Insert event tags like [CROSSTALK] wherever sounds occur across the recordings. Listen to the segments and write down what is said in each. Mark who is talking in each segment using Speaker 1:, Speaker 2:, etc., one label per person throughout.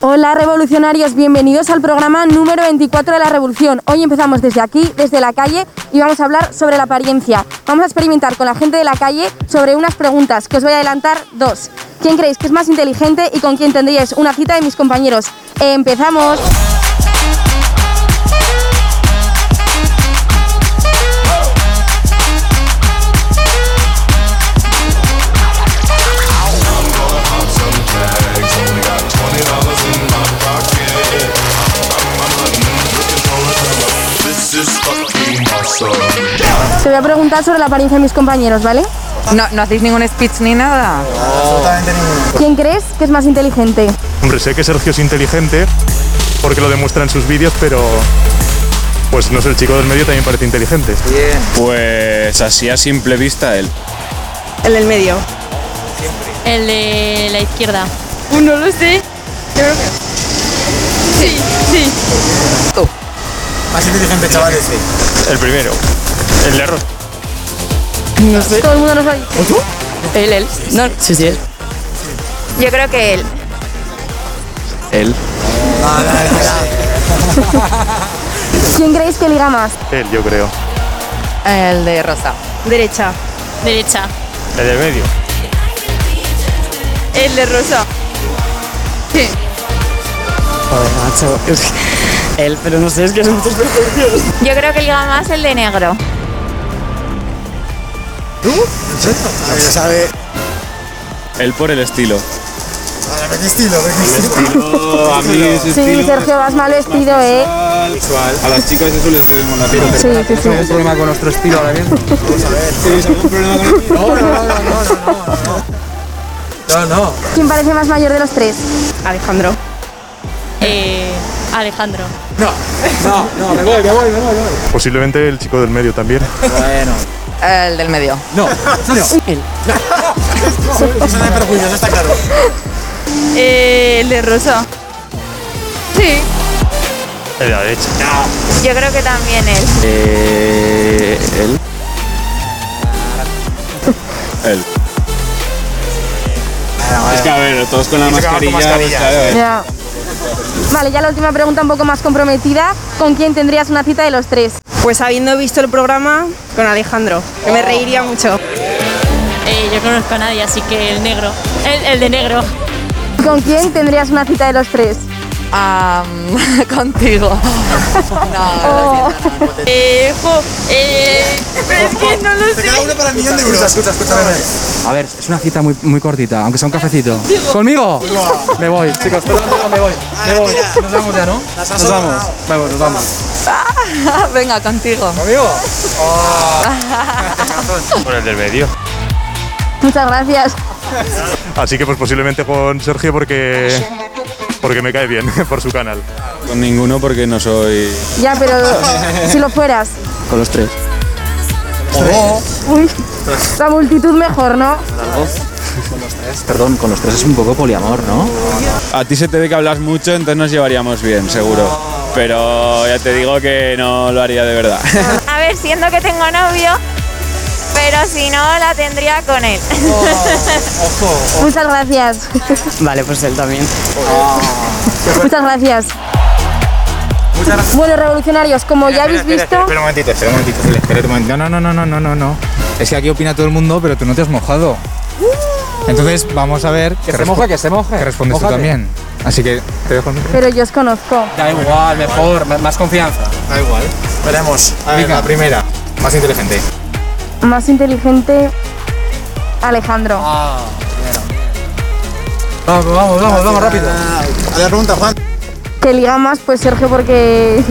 Speaker 1: Hola revolucionarios, bienvenidos al programa número 24 de la Revolución. Hoy empezamos desde aquí, desde la calle, y vamos a hablar sobre la apariencia. Vamos a experimentar con la gente de la calle sobre unas preguntas, que os voy a adelantar dos. ¿Quién creéis que es más inteligente y con quién tendríais una cita de mis compañeros? ¡Empezamos! Te voy a preguntar sobre la apariencia de mis compañeros, ¿vale?
Speaker 2: No, no hacéis ningún speech ni nada.
Speaker 3: Absolutamente ninguno.
Speaker 1: ¿Quién crees que es más inteligente?
Speaker 4: Hombre, sé que Sergio es inteligente porque lo demuestra en sus vídeos, pero pues no sé, el chico del medio también parece inteligente.
Speaker 3: Bien.
Speaker 5: Pues así a simple vista él.
Speaker 6: El del medio.
Speaker 7: El de la izquierda.
Speaker 6: No lo sé. Sí, sí.
Speaker 3: Más inteligente, chavales. Sí.
Speaker 5: El primero. El de arroz.
Speaker 1: Todo el mundo nos lo ha dicho.
Speaker 2: Él, él. No, sí, sí, él.
Speaker 6: Yo creo que él.
Speaker 5: Él.
Speaker 1: ¿Quién creéis que liga más?
Speaker 4: Él, yo creo.
Speaker 2: El de Rosa.
Speaker 6: Derecha.
Speaker 7: Derecha.
Speaker 5: El del medio.
Speaker 6: El de rosa. Sí.
Speaker 8: Joder, macho. Es que él, pero no sé, es que son muchos prejuicios.
Speaker 6: Yo creo que liga más el de negro.
Speaker 3: A ver, sabe.
Speaker 5: Él por el estilo.
Speaker 3: A ver, ¿qué estilo? ¿Qué estilo?
Speaker 5: a mí es
Speaker 1: Sí, Sergio, vas mal vestido, ¿eh?
Speaker 5: A las chicas eso les tenemos la piel.
Speaker 1: Sí, sí, sí.
Speaker 9: problema con nuestro estilo ahora mismo?
Speaker 5: ¿Tienes algún problema con el
Speaker 3: No, no, no, no, no, no, no. No, no.
Speaker 1: ¿Quién parece más mayor de los tres?
Speaker 6: Alejandro.
Speaker 7: Eh, Alejandro.
Speaker 3: No, no, no, me voy, me voy, me voy. me voy.
Speaker 4: Posiblemente el chico del medio también.
Speaker 3: Bueno.
Speaker 2: El del medio.
Speaker 3: No, no, no.
Speaker 2: Él.
Speaker 3: Eso no hay perjuicios, está claro.
Speaker 7: Eh,
Speaker 6: el de rosa. Sí.
Speaker 5: El de la derecha.
Speaker 6: Yo creo que también él.
Speaker 5: Eh, él. Él. Es que a ver, todos con la
Speaker 3: que vamos
Speaker 5: mascarilla.
Speaker 3: con
Speaker 5: pues,
Speaker 3: mascarilla.
Speaker 5: claro, eh.
Speaker 1: Ya. Vale, ya la última pregunta un poco más comprometida. ¿Con quién tendrías una cita de los tres?
Speaker 6: Pues habiendo visto el programa con Alejandro, que me reiría mucho.
Speaker 7: Eh, yo conozco a nadie, así que el negro. El, el de negro.
Speaker 1: ¿Con quién tendrías una cita de los tres?
Speaker 2: Am, [LAUGHS] contigo. No,
Speaker 1: Oh.
Speaker 6: Eh, jo,
Speaker 7: [LAUGHS]
Speaker 6: eh, pero es que no lo
Speaker 3: Te queda uno para el millón de euros. Escucha, escucha, escucha.
Speaker 9: A ver, es una cita muy, muy cortita, aunque sea un cafecito. ¿Conmigo? Me voy, chicos, perdón, perdón, me voy. Me voy. Nos vamos ya, ¿no?
Speaker 3: Las has
Speaker 9: Nos vamos.
Speaker 3: ordenado.
Speaker 9: Vamos, nos vamos.
Speaker 2: venga, contigo.
Speaker 3: ¿Conmigo?
Speaker 5: Por el del medio.
Speaker 1: Muchas gracias.
Speaker 4: Así que pues posiblemente con Sergio porque porque me cae bien [LAUGHS] por su canal.
Speaker 5: Con ninguno porque no soy.
Speaker 1: Ya, pero si lo fueras.
Speaker 9: Con los tres.
Speaker 3: Oh,
Speaker 1: Uy, la multitud mejor, ¿no?
Speaker 9: Perdón, con los tres es un poco poliamor, ¿no?
Speaker 5: A ti se te ve que hablas mucho, entonces nos llevaríamos bien, seguro. Pero ya te digo que no lo haría de verdad.
Speaker 6: A ver, siendo que tengo novio, pero si no, la tendría con él.
Speaker 1: Muchas gracias.
Speaker 8: Vale, pues él también.
Speaker 1: Muchas gracias.
Speaker 3: Muchas gracias.
Speaker 1: Bueno, revolucionarios, como ya habéis visto,
Speaker 9: un momentito, espera un momentito, espera un momentito. No, no, no, no, no, no, no.
Speaker 10: Es que aquí opina todo el mundo, pero tú no te has mojado.
Speaker 3: Uh.
Speaker 10: Entonces vamos a ver
Speaker 9: Que
Speaker 10: qué
Speaker 9: se
Speaker 10: respo-
Speaker 9: moje, que se moje.
Speaker 10: qué respondes
Speaker 9: Mójate.
Speaker 10: tú también. Así que te dejo el micro.
Speaker 1: pero yo os conozco.
Speaker 9: Da igual, mejor, ma- más confianza.
Speaker 3: Da igual. Veremos. A ver,
Speaker 9: Venga.
Speaker 3: la primera.
Speaker 9: Más inteligente.
Speaker 1: Más inteligente, Alejandro.
Speaker 9: Vamos, vamos, vamos, vamos, rápido.
Speaker 3: Ah, A la pregunta, Juan.
Speaker 1: Que liga más, pues Sergio, porque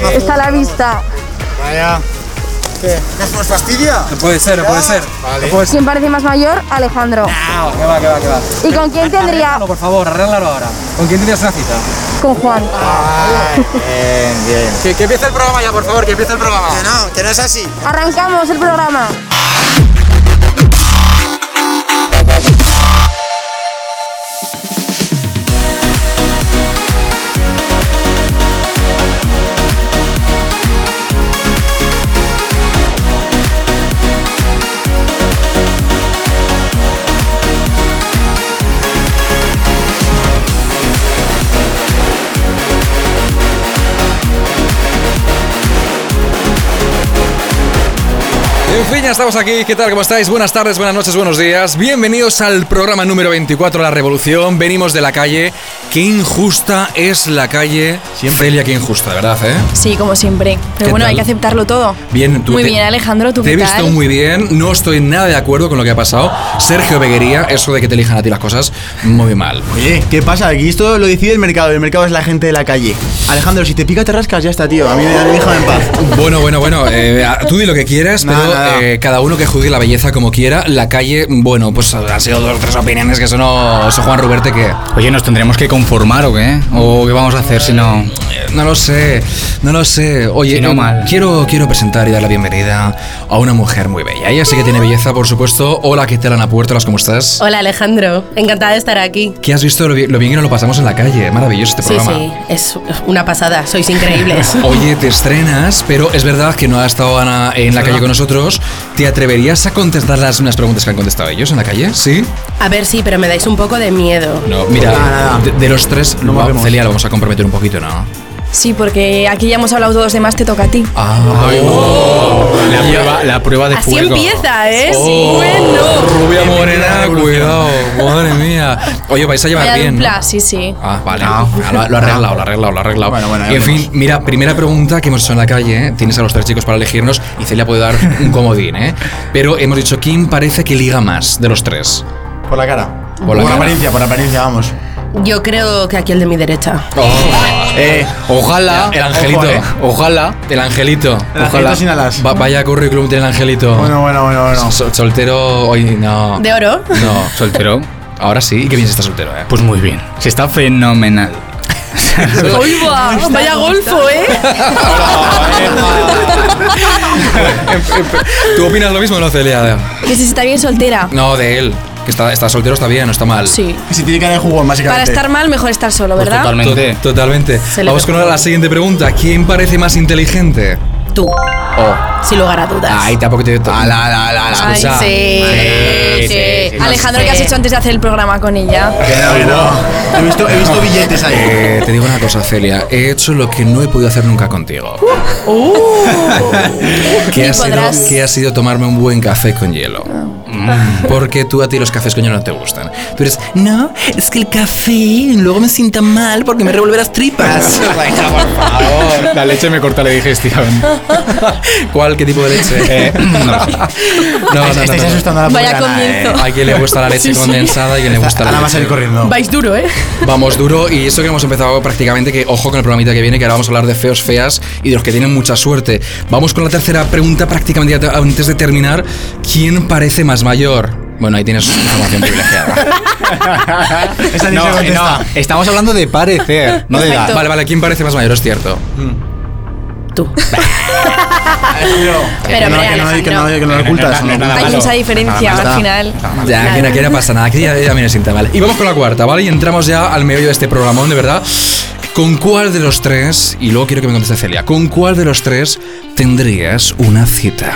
Speaker 3: qué?
Speaker 1: está a la vista.
Speaker 3: Vaya. ¿Qué? ¿Nos, nos fastidia?
Speaker 9: No puede ser, no puede ser.
Speaker 3: Vale.
Speaker 9: No puede ser.
Speaker 1: ¿Quién parece más mayor? Alejandro.
Speaker 9: Ah, que va, que va, que va.
Speaker 1: ¿Y con quién tendría?
Speaker 9: Arréglalo, por favor, arréglalo ahora. ¿Con quién tendrías una cita?
Speaker 1: Con Juan.
Speaker 3: Bien, bien.
Speaker 9: Que, que empiece el programa ya, por favor, que empiece el programa.
Speaker 3: Que no, que no es así.
Speaker 1: Arrancamos el programa.
Speaker 9: Lufiña, estamos aquí. ¿Qué tal? ¿Cómo estáis? Buenas tardes, buenas noches, buenos días. Bienvenidos al programa número 24 de La Revolución. Venimos de la calle. Qué injusta es la calle. Siempre, Elia, qué injusta, de verdad, ¿eh?
Speaker 7: Sí, como siempre. Pero
Speaker 9: ¿Qué
Speaker 7: bueno,
Speaker 9: tal?
Speaker 7: hay que aceptarlo todo.
Speaker 9: Bien, tú
Speaker 7: Muy
Speaker 9: te-
Speaker 7: bien, Alejandro, ¿tú
Speaker 9: Te he
Speaker 7: qué
Speaker 9: visto
Speaker 7: tal?
Speaker 9: muy bien, no estoy nada de acuerdo con lo que ha pasado. Sergio Beguería, eso de que te elijan a ti las cosas, muy mal.
Speaker 3: Oye, ¿qué pasa? Aquí esto lo decide el mercado. El mercado es la gente de la calle. Alejandro, si te pica, te rascas, ya está, tío. A mí me me déjame en paz.
Speaker 9: Bueno, bueno, bueno, eh, a- tú di lo que quieras,
Speaker 3: Nada,
Speaker 9: pero
Speaker 3: nada.
Speaker 9: eh, cada uno que juzgue la belleza como quiera. La calle, bueno, pues han sido dos o tres opiniones que eso no. Eso Juan Ruberte que.
Speaker 11: Oye, ¿nos tendremos que conformar o qué? ¿O qué vamos a hacer si no...?
Speaker 9: eh, No lo sé, no lo sé. Oye,
Speaker 11: Si no,
Speaker 9: eh,
Speaker 11: mal.
Speaker 9: Quiero, quiero presentar y dar la bienvenida a una mujer muy bella. Ella sí que tiene belleza, por supuesto. Hola, ¿qué tal, Ana Puertas? ¿Cómo estás?
Speaker 2: Hola Alejandro, encantada de estar aquí.
Speaker 9: ¿Qué has visto? Lo, bi- lo bien que nos lo pasamos en la calle. Maravilloso este
Speaker 2: Sí,
Speaker 9: programa.
Speaker 2: sí, es una pasada, sois
Speaker 9: [LAUGHS]
Speaker 2: increíbles.
Speaker 9: Oye, te estrenas, pero es verdad que no ha estado Ana en la calle con nosotros. ¿Te atreverías a contestar las mismas preguntas que han contestado ellos en la calle? ¿Sí?
Speaker 2: A ver, sí, pero me dais un poco de miedo.
Speaker 9: No, mira, De, de los tres, no
Speaker 3: movemos.
Speaker 9: Celia lo vamos a comprometer un poquito, ¿no?
Speaker 7: Sí, porque aquí ya hemos hablado todos de más, te toca a ti.
Speaker 9: Ah. La, prueba, de Oh.
Speaker 7: Así fuego. empieza, ¿eh?
Speaker 9: bueno. Rubia morena, cuidado. Madre mía. Oye, vais a llevar
Speaker 7: Vaya
Speaker 9: bien. ¿no?
Speaker 7: dupla, sí, sí.
Speaker 9: Ah, vale. Ah, lo, lo ha arreglado, lo ha arreglado, lo ha arreglado.
Speaker 11: Bueno, bueno, ya
Speaker 9: en fin,
Speaker 11: veremos.
Speaker 9: mira, primera pregunta que hemos hecho en la calle. ¿eh? Tienes a los tres chicos para elegirnos y Celia puede dar un comodín, ¿eh? Pero hemos dicho, ¿quién parece que liga más de los tres?
Speaker 3: Por la cara.
Speaker 9: Por la cara.
Speaker 3: apariencia, por apariencia, vamos.
Speaker 2: Yo creo que aquí el de mi derecha.
Speaker 3: Eh,
Speaker 9: ojalá, el angelito,
Speaker 3: Ojo, eh.
Speaker 9: ojalá, el angelito,
Speaker 3: El angelito
Speaker 9: ojalá.
Speaker 3: sin alas.
Speaker 9: Va- vaya currículum tiene el angelito.
Speaker 3: Bueno, bueno, bueno, bueno.
Speaker 9: Sol- soltero hoy no.
Speaker 2: ¿De oro?
Speaker 9: No, soltero. Ahora sí, y qué bien se está soltero,
Speaker 3: [LAUGHS]
Speaker 9: eh.
Speaker 11: Pues muy bien. Se está fenomenal.
Speaker 2: Uy,
Speaker 7: Ah,
Speaker 2: guau, vaya golfo, ¿eh?
Speaker 9: ¿Tú opinas lo mismo o no, Celia?
Speaker 7: Que si está bien soltera.
Speaker 9: No, de él. Que está, está soltero, está bien, no está mal.
Speaker 7: Sí.
Speaker 3: Si tiene cara de jugón,
Speaker 7: Para estar mal, mejor estar solo,
Speaker 3: Pues
Speaker 7: ¿verdad?
Speaker 9: Totalmente. totalmente.
Speaker 7: le
Speaker 9: Vamos con la siguiente pregunta. ¿Quién parece más inteligente?
Speaker 2: Tú.
Speaker 9: Oh.
Speaker 2: Sin lugar a dudas.
Speaker 9: Ay, tampoco te... Ala, ala, ala, ala.
Speaker 7: Ay,
Speaker 9: Escucha.
Speaker 7: sí, sí, Alejandro, ¿qué has hecho antes de hacer el programa con ella?
Speaker 3: He visto, he visto billetes ahí.
Speaker 9: Eh, te digo una cosa, Celia. He hecho lo que no he podido hacer nunca contigo.
Speaker 7: Y
Speaker 9: [LAUGHS] que, ha sido,
Speaker 7: Uh. podrás- Ah.
Speaker 9: que ha sido tomarme un buen café con hielo. Mm, Porque tú a ti los cafés con hielo no te gustan. Tú eres, no, es que el café luego me sienta mal porque me revuelve las tripas. Venga, por favor.
Speaker 11: La leche me corta la digestión.
Speaker 3: Ah,
Speaker 9: [LAUGHS] ¿Cuál? ¿Qué tipo de leche?
Speaker 11: Eh, no.
Speaker 9: No, no, no,
Speaker 3: Estáis
Speaker 9: no.
Speaker 3: asustando a la
Speaker 2: Vaya
Speaker 3: pobre Ana,
Speaker 2: comienzo.
Speaker 9: A quien le gusta la leche
Speaker 2: Sí, sí.
Speaker 9: condensada y a quien le gusta la
Speaker 3: Ana va a
Speaker 9: leche.
Speaker 3: salir corriendo.
Speaker 2: Vais duro, ¿eh?
Speaker 9: Vamos duro y eso que hemos empezado prácticamente, que ojo con el programita que viene, que ahora vamos a hablar de feos, feas y de los que tienen mucha suerte. Vamos con la tercera pregunta prácticamente ya te- antes de terminar. ¿Quién parece más mayor? Bueno, ahí tienes información privilegiada.
Speaker 3: [LAUGHS] Esa ni se contesta.
Speaker 9: estamos hablando de parecer,
Speaker 3: [LAUGHS] no de edad. Exacto.
Speaker 9: Vale, vale, ¿quién parece más mayor? Es cierto.
Speaker 7: Pero,
Speaker 3: Que no,
Speaker 7: hombre,
Speaker 3: que no, que no, que no lo
Speaker 9: Alejandro.
Speaker 3: ocultas.
Speaker 9: No,
Speaker 3: lo
Speaker 9: no, no, no, no,
Speaker 3: ocultas.
Speaker 7: Hay mucha diferencia
Speaker 9: Nada,
Speaker 7: al
Speaker 9: nada.
Speaker 7: final.
Speaker 9: Ya, que no, que no pasa nada, que ya, ya me sienta mal. Y vamos con la cuarta, ¿vale? Y entramos ya al medio de este programón, de verdad. ¿Con cuál de los tres, y luego quiero que me conteste Celia, ¿con cuál de los tres tendrías una cita?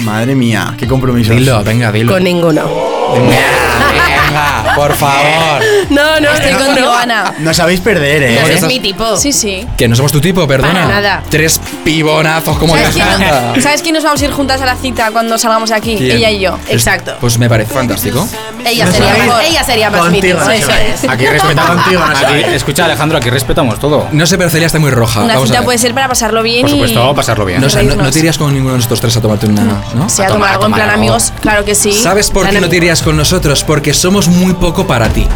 Speaker 3: Madre mía, qué compromiso.
Speaker 9: Dilo, venga, dilo.
Speaker 2: Con ninguno.
Speaker 9: Venga, por favor.
Speaker 2: No, no,
Speaker 7: Estoy
Speaker 2: no,
Speaker 7: contigo,
Speaker 2: no.
Speaker 7: Ana.
Speaker 3: No sabéis perder, eh.
Speaker 2: No
Speaker 9: Porque
Speaker 2: eres
Speaker 9: estás-
Speaker 2: mi tipo.
Speaker 7: Sí, sí.
Speaker 9: Que no somos tu tipo, perdona.
Speaker 7: Para nada.
Speaker 9: Tres pibonazos como
Speaker 7: ¿Sabes quién,
Speaker 9: Alejandra.
Speaker 7: ¿Sabes quién nos vamos a ir juntas a la cita cuando salgamos de aquí?
Speaker 9: ¿Quién?
Speaker 7: Ella y yo.
Speaker 9: Pues- Pues me parece fantástico.
Speaker 7: Ella sería mejor. Ella sería más mi
Speaker 3: Contigo,
Speaker 7: tipo.
Speaker 3: no se va.
Speaker 11: Aquí
Speaker 10: [LAUGHS]
Speaker 11: respetamos. Aquí, escucha, Alejandro, aquí respetamos todo.
Speaker 9: No sé, pero Celia está muy roja.
Speaker 7: Una
Speaker 9: vamos a
Speaker 7: cita
Speaker 9: ver.
Speaker 7: puede ser para pasarlo bien
Speaker 11: Por
Speaker 7: y...
Speaker 11: supuesto, pasarlo bien.
Speaker 9: No, o sea, no, no
Speaker 7: reírnos.
Speaker 9: te irías con ninguno de estos tres a tomarte una, ¿no?
Speaker 7: Sí, a tomar algo en plan amigos, claro que sí.
Speaker 9: ¿Sabes por
Speaker 7: Plan
Speaker 9: qué no te
Speaker 7: amigo.
Speaker 9: irías con nosotros? Porque somos muy poco para ti.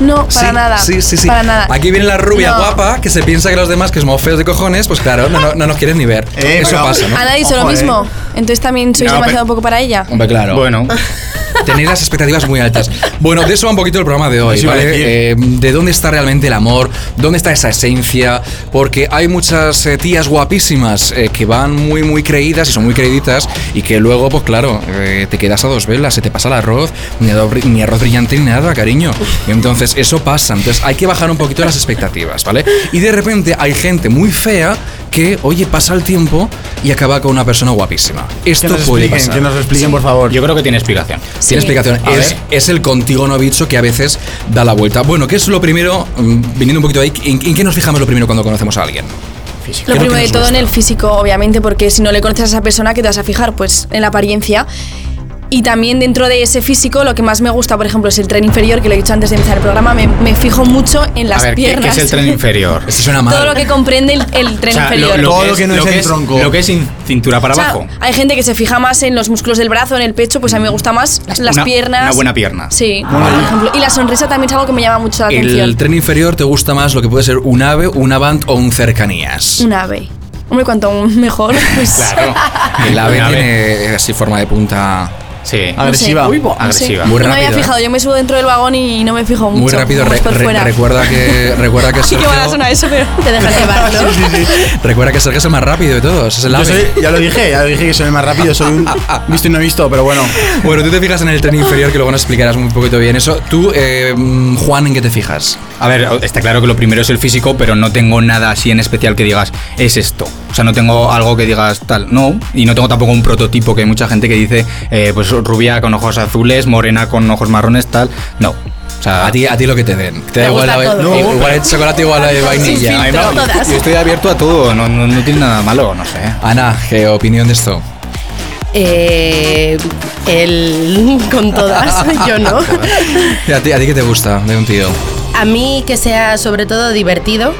Speaker 7: No, para
Speaker 9: Sí,
Speaker 7: nada.
Speaker 9: Sí, sí, sí.
Speaker 7: Para nada.
Speaker 9: Aquí viene la rubia
Speaker 7: No.
Speaker 9: guapa que se piensa que los demás, que somos feos de cojones, pues claro, no, no- no nos quieren ni ver.
Speaker 3: Eh,
Speaker 9: Eso
Speaker 3: pero-
Speaker 9: pasa, ¿no?
Speaker 7: Ana dice lo
Speaker 3: Ojo, eh.
Speaker 7: mismo. Entonces también sois
Speaker 9: No, pero-
Speaker 7: demasiado poco para ella.
Speaker 9: Hombre, claro.
Speaker 11: Bueno.
Speaker 9: Tenéis las expectativas muy altas. Bueno, de eso va un poquito el programa de hoy,
Speaker 3: Eso iba a
Speaker 9: ¿vale?
Speaker 3: decir.
Speaker 9: Eh, de dónde está realmente el amor, dónde está esa esencia, porque hay muchas eh, tías guapísimas eh, que van muy, muy creídas y son muy creíditas y que luego, pues claro, eh, te quedas a dos velas, se te pasa el arroz, ni, ado- ni arroz brillante ni nada, cariño. Entonces, eso pasa. Entonces, hay que bajar un poquito las expectativas, ¿vale? Y de repente hay gente muy fea que, oye, pasa el tiempo y acaba con una persona guapísima.
Speaker 3: Que
Speaker 9: Esto
Speaker 3: nos
Speaker 9: puede
Speaker 3: expliquen,
Speaker 9: pasar.
Speaker 3: que nos lo expliquen, por favor.
Speaker 11: Yo creo que tiene explicación.
Speaker 9: Tiene explicación.
Speaker 11: A
Speaker 9: Es,
Speaker 11: ver.
Speaker 9: es el contigo no bicho que a veces da la vuelta. Bueno, ¿qué es lo primero? Mm, Viniendo un poquito ahí, ¿en, en qué nos fijamos lo primero cuando conocemos a alguien? físico.
Speaker 7: Lo
Speaker 9: ¿Qué no
Speaker 7: primero de
Speaker 9: tienes
Speaker 7: todo en
Speaker 9: gusto?
Speaker 7: el físico, obviamente, porque si no le conoces a esa persona, ¿qué te vas a fijar? Pues en la apariencia. Y también dentro de ese físico, lo que más me gusta, por ejemplo, es el tren inferior, que lo he dicho antes de empezar el programa, me, me fijo mucho en las
Speaker 3: a ver, ¿qué- ¿qué,
Speaker 7: piernas.
Speaker 3: es el
Speaker 7: [LAUGHS]
Speaker 3: tren
Speaker 9: [LAUGHS]
Speaker 3: inferior? Esto suena
Speaker 7: Todo lo que comprende el, el tren inferior.
Speaker 3: tronco. Lo que es in- cintura para
Speaker 7: O sea,
Speaker 3: abajo.
Speaker 7: Hay gente que se fija más en los músculos del brazo, en el pecho, pues a mí me gusta más las,
Speaker 3: una-
Speaker 7: piernas.
Speaker 3: una buena pierna.
Speaker 7: Sí,
Speaker 9: Bueno,
Speaker 7: por
Speaker 9: y-
Speaker 7: ejemplo. Y la sonrisa también es algo que me llama mucho la atención.
Speaker 9: El tren inferior te gusta más lo que puede ser un AVE, un Avant o un Cercanías.
Speaker 7: Un ave. Hombre, cuanto
Speaker 9: [LAUGHS]
Speaker 7: mejor, pues.
Speaker 9: Claro. El AVE tiene así forma de punta.
Speaker 3: Sí.
Speaker 7: No sé.
Speaker 9: Agresiva.
Speaker 7: Sí.
Speaker 9: Muy
Speaker 7: no me
Speaker 9: rápido.
Speaker 7: había
Speaker 9: ¿eh?
Speaker 7: fijado, yo me subo dentro del vagón y no me fijo mucho.
Speaker 9: Muy rápido.
Speaker 7: vamos
Speaker 9: Re-
Speaker 7: por
Speaker 9: re-
Speaker 7: fuera.
Speaker 9: recuerda que.
Speaker 7: [LAUGHS]
Speaker 9: Recuerda que
Speaker 7: Sí que van a
Speaker 9: Sergio-
Speaker 7: sonar eso,
Speaker 12: [LAUGHS]
Speaker 7: pero te dejas llevar,
Speaker 10: [LAUGHS]
Speaker 7: ¿no?
Speaker 9: Recuerda que Sergio es el más rápido de todos. Es el
Speaker 10: Yo
Speaker 9: AVE.
Speaker 10: soy- ya lo dije, ya lo dije que soy el más rápido, soy un visto y no visto, pero bueno.
Speaker 9: [LAUGHS] Bueno, tú te fijas en el tren inferior, que luego nos explicarás un poquito bien eso. Tú, eh, mm, Juan, ¿en qué te fijas?
Speaker 3: A ver, está claro que lo primero es el físico, pero no tengo nada así en especial que digas, es esto. O sea, no tengo algo que digas tal, no. Y no tengo tampoco un prototipo que hay mucha gente que dice, eh, pues rubia con ojos azules, morena con ojos marrones, tal. No. O sea, a ti,
Speaker 9: a ti lo que te den. Te
Speaker 7: da Me igual gusta la- todo. no,
Speaker 9: igual el chocolate, igual la de
Speaker 7: Sin
Speaker 9: vainilla.
Speaker 7: filtro,
Speaker 9: Ay, madre.
Speaker 7: todas.
Speaker 3: Yo estoy abierto a todo, no, no, no tiene nada malo, no sé.
Speaker 9: Ana, ¿qué opinión de esto?
Speaker 12: Eh, el, con todas, yo no.
Speaker 9: [LAUGHS] ¿A ti, ¿A ti qué te gusta de un tío?
Speaker 12: A mí que sea sobre todo divertido